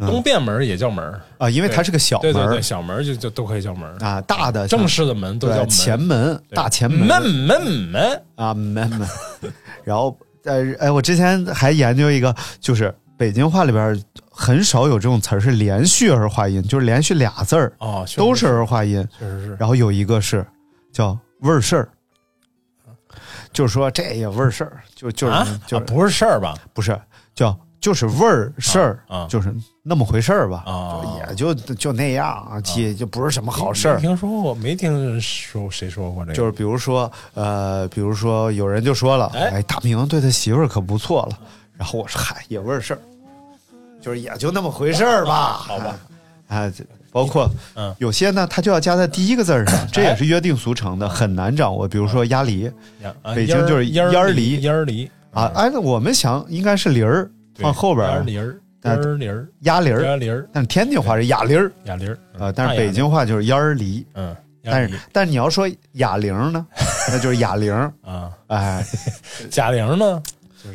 B: 嗯
C: 东便门儿也叫门儿，
B: 啊，因为
C: 对
B: 它是个小
C: 对
B: 门
C: 对对，
B: 儿
C: 小门儿就就都可以叫门儿，
B: 啊，大的像
C: 正式的门都
B: 对
C: 叫门
B: 前门、
C: 对
B: 大前
C: 门门门，
B: 啊，没没。 然后呃，哎，我之前还研究一个，就是北京话里边很少有这种词儿是连续儿化音，就是连续俩字儿
C: 哦，确实
B: 都是儿化音。
C: 确实是，
B: 然后有一个是叫味儿事儿，就是说这也味儿事儿，就就是、
C: 啊
B: 就
C: 啊
B: 是、
C: 不是事儿吧？
B: 不是叫就是味儿事儿、
C: 啊啊
B: 就是那么回事儿吧，
C: 啊
B: 就也就就那样啊，
C: 哦
B: 也就不是什么好事儿
C: 没。听说过，没听人说谁说过这个，
B: 就是比如说，呃，比如说有人就说了，
C: 哎
B: 哎，大明对他媳妇儿可不错了。然后我说，嗨，也味儿事儿，就是也就那么回事儿吧。好 吧，啊，这包括
C: 嗯
B: 有些呢，他就要加在第一个字儿 上，这也是约定俗成的，很难掌握。比如说鸭梨
C: 啊
B: 北京就是
C: 烟
B: 烟
C: 儿烟
B: 儿
C: 儿
B: 梨
C: 烟儿梨
B: 啊，哎，那我们想应该是梨儿
C: 对
B: 放后边
C: 烟
B: 儿
C: 儿，梨儿
B: 啊
C: 烟儿梨儿
B: 鸭梨
C: 烟儿
B: 儿。
C: 梨儿
B: 但是天津话是哑梨儿
C: 哑梨儿
B: 啊，但是北京话就是鸭儿梨。
C: 嗯，鸭
B: 但
C: 梨
B: 是但是你要说哑铃 呢，那就是哑铃。
C: 啊，
B: 哎，
C: 贾玲呢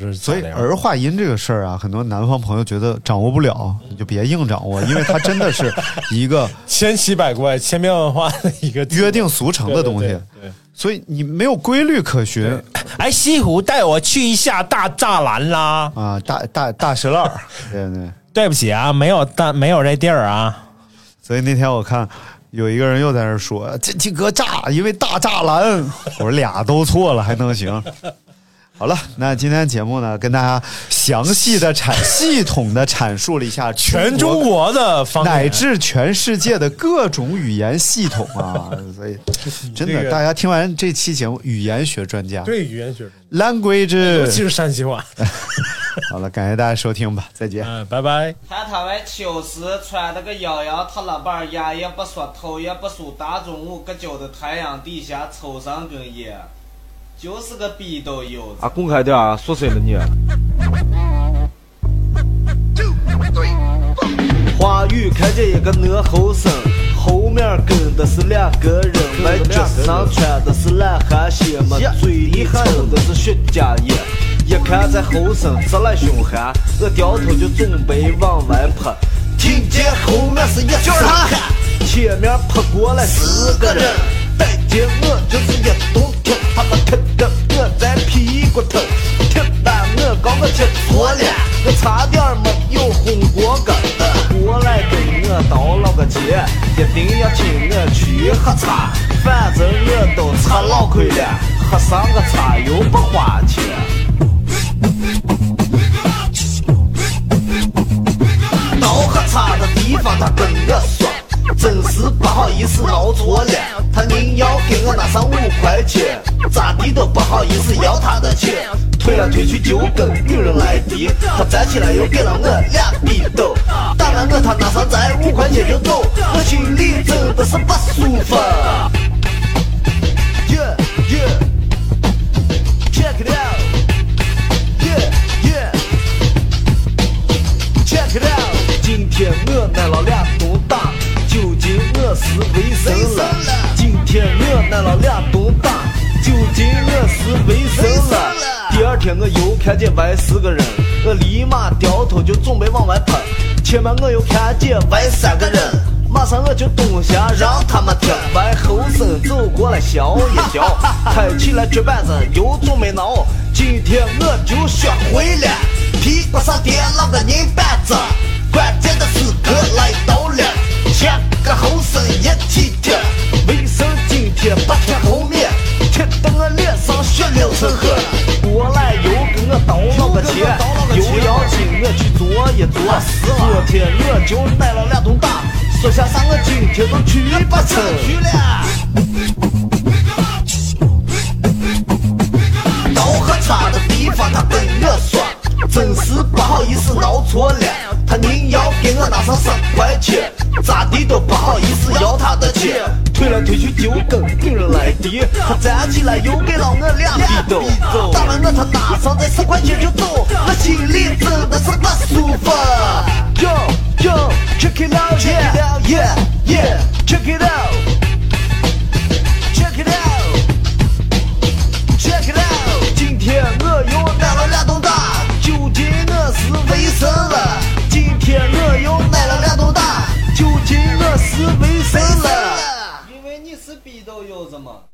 C: 就是
B: 所以
C: 贾玲
B: 儿化音这个事儿啊，很多南方朋友觉得掌握不了，
C: 嗯
B: 你就别硬掌握，因为它真的 是一个
C: 千奇百怪、千变万化的一个
B: 约定俗成的东西，
C: 对对对
B: 所以你没有规律可循
C: 哎，西湖带我去一下大栅栏啦！
B: 啊。大大大石烂儿，对对。
C: 对不起啊，没有大没有这地儿啊。
B: 所以那天我看有一个人又在那儿说这鸡哥炸，因为大栅栏， 我说俩都错了还能行？好了，那今天节目呢，跟大家详细的阐、系统的阐述了一下
C: 全中国的方言
B: 乃至全世界的各种语言系统 啊，所以真
C: 这
B: 的，
C: 个
B: 大家听完这期节目，语言学专家
C: 对语言学，尤其
B: language，
C: 是山西话。
B: 好了，感谢大家收听吧，再见。
C: 嗯，拜拜。
E: 看他们秋实穿的个洋洋踏拉板，烟也不说，头也不梳，大中午搁脚的太阳底下抽上根烟，就是个逼斗油子。
F: 啊，公开点啊，说谁了你？花语看见一个鹅猴身，后面跟的是两个人，外脚上穿的是烂汗鞋嘛，嘴里抽的是雪茄烟。一看这猴身直来凶悍，我掉头就准备往外扑，听见后面是一声喊，前面扑过来四个人，带着我就是一顿踢，他们踢得我在屁股疼，踢把我刚我踢错了，我差点没有昏过去。过来跟我道了个歉，一定要请我去喝茶，反正我都吃老亏了，喝啥个茶又不花钱。到喝茶的地方，他跟我说，真是不好意思闹错了，他硬要给我拿上五块钱，咋地都不好意思要他的钱，推来推去就跟女人来敌，他站起来又给了我俩逼斗，打完我他拿上咱五块钱就走，我心里真的是不舒服。Yeah yeah, check it out. Yeah yeah. Check it out！今天我拿了俩东打，究竟我是为神了？今天我拿了俩东打，究竟我是为神了？第二天我又看见外四个人，我立马掉头就准备往外喷，前面我又看见外三个人。马上我就蹲下让他们听。完后身走过来笑一笑，抬起来卷板子有皱没挠。今天我就学会了，屁股上贴了个银板子，关键的时刻来到了，前跟后身一起贴，卫生巾贴不贴后面，贴到我脸上血流成河。过来又给我倒了个钱，又要请我去做一做，昨天我就带了两桶大，说下啥我今天都去不成。去了。刀和叉的地方，他跟我说，真是不好意思挠错了。他硬要给我拿上三块钱，咋地都不好意思要他的钱。推来推去就跟病人来敌，他站起来又给了我俩逼斗，打完我他拿上这十块钱就走，我心里真的是不舒服。Yo yo check it out check it out yeah yeah check it out check it out。Check it out，今天我又买了两桶大，究竟我是为什么？今天我又买了两桶大，究竟我是为什么？
E: 因为你是逼斗友子嘛。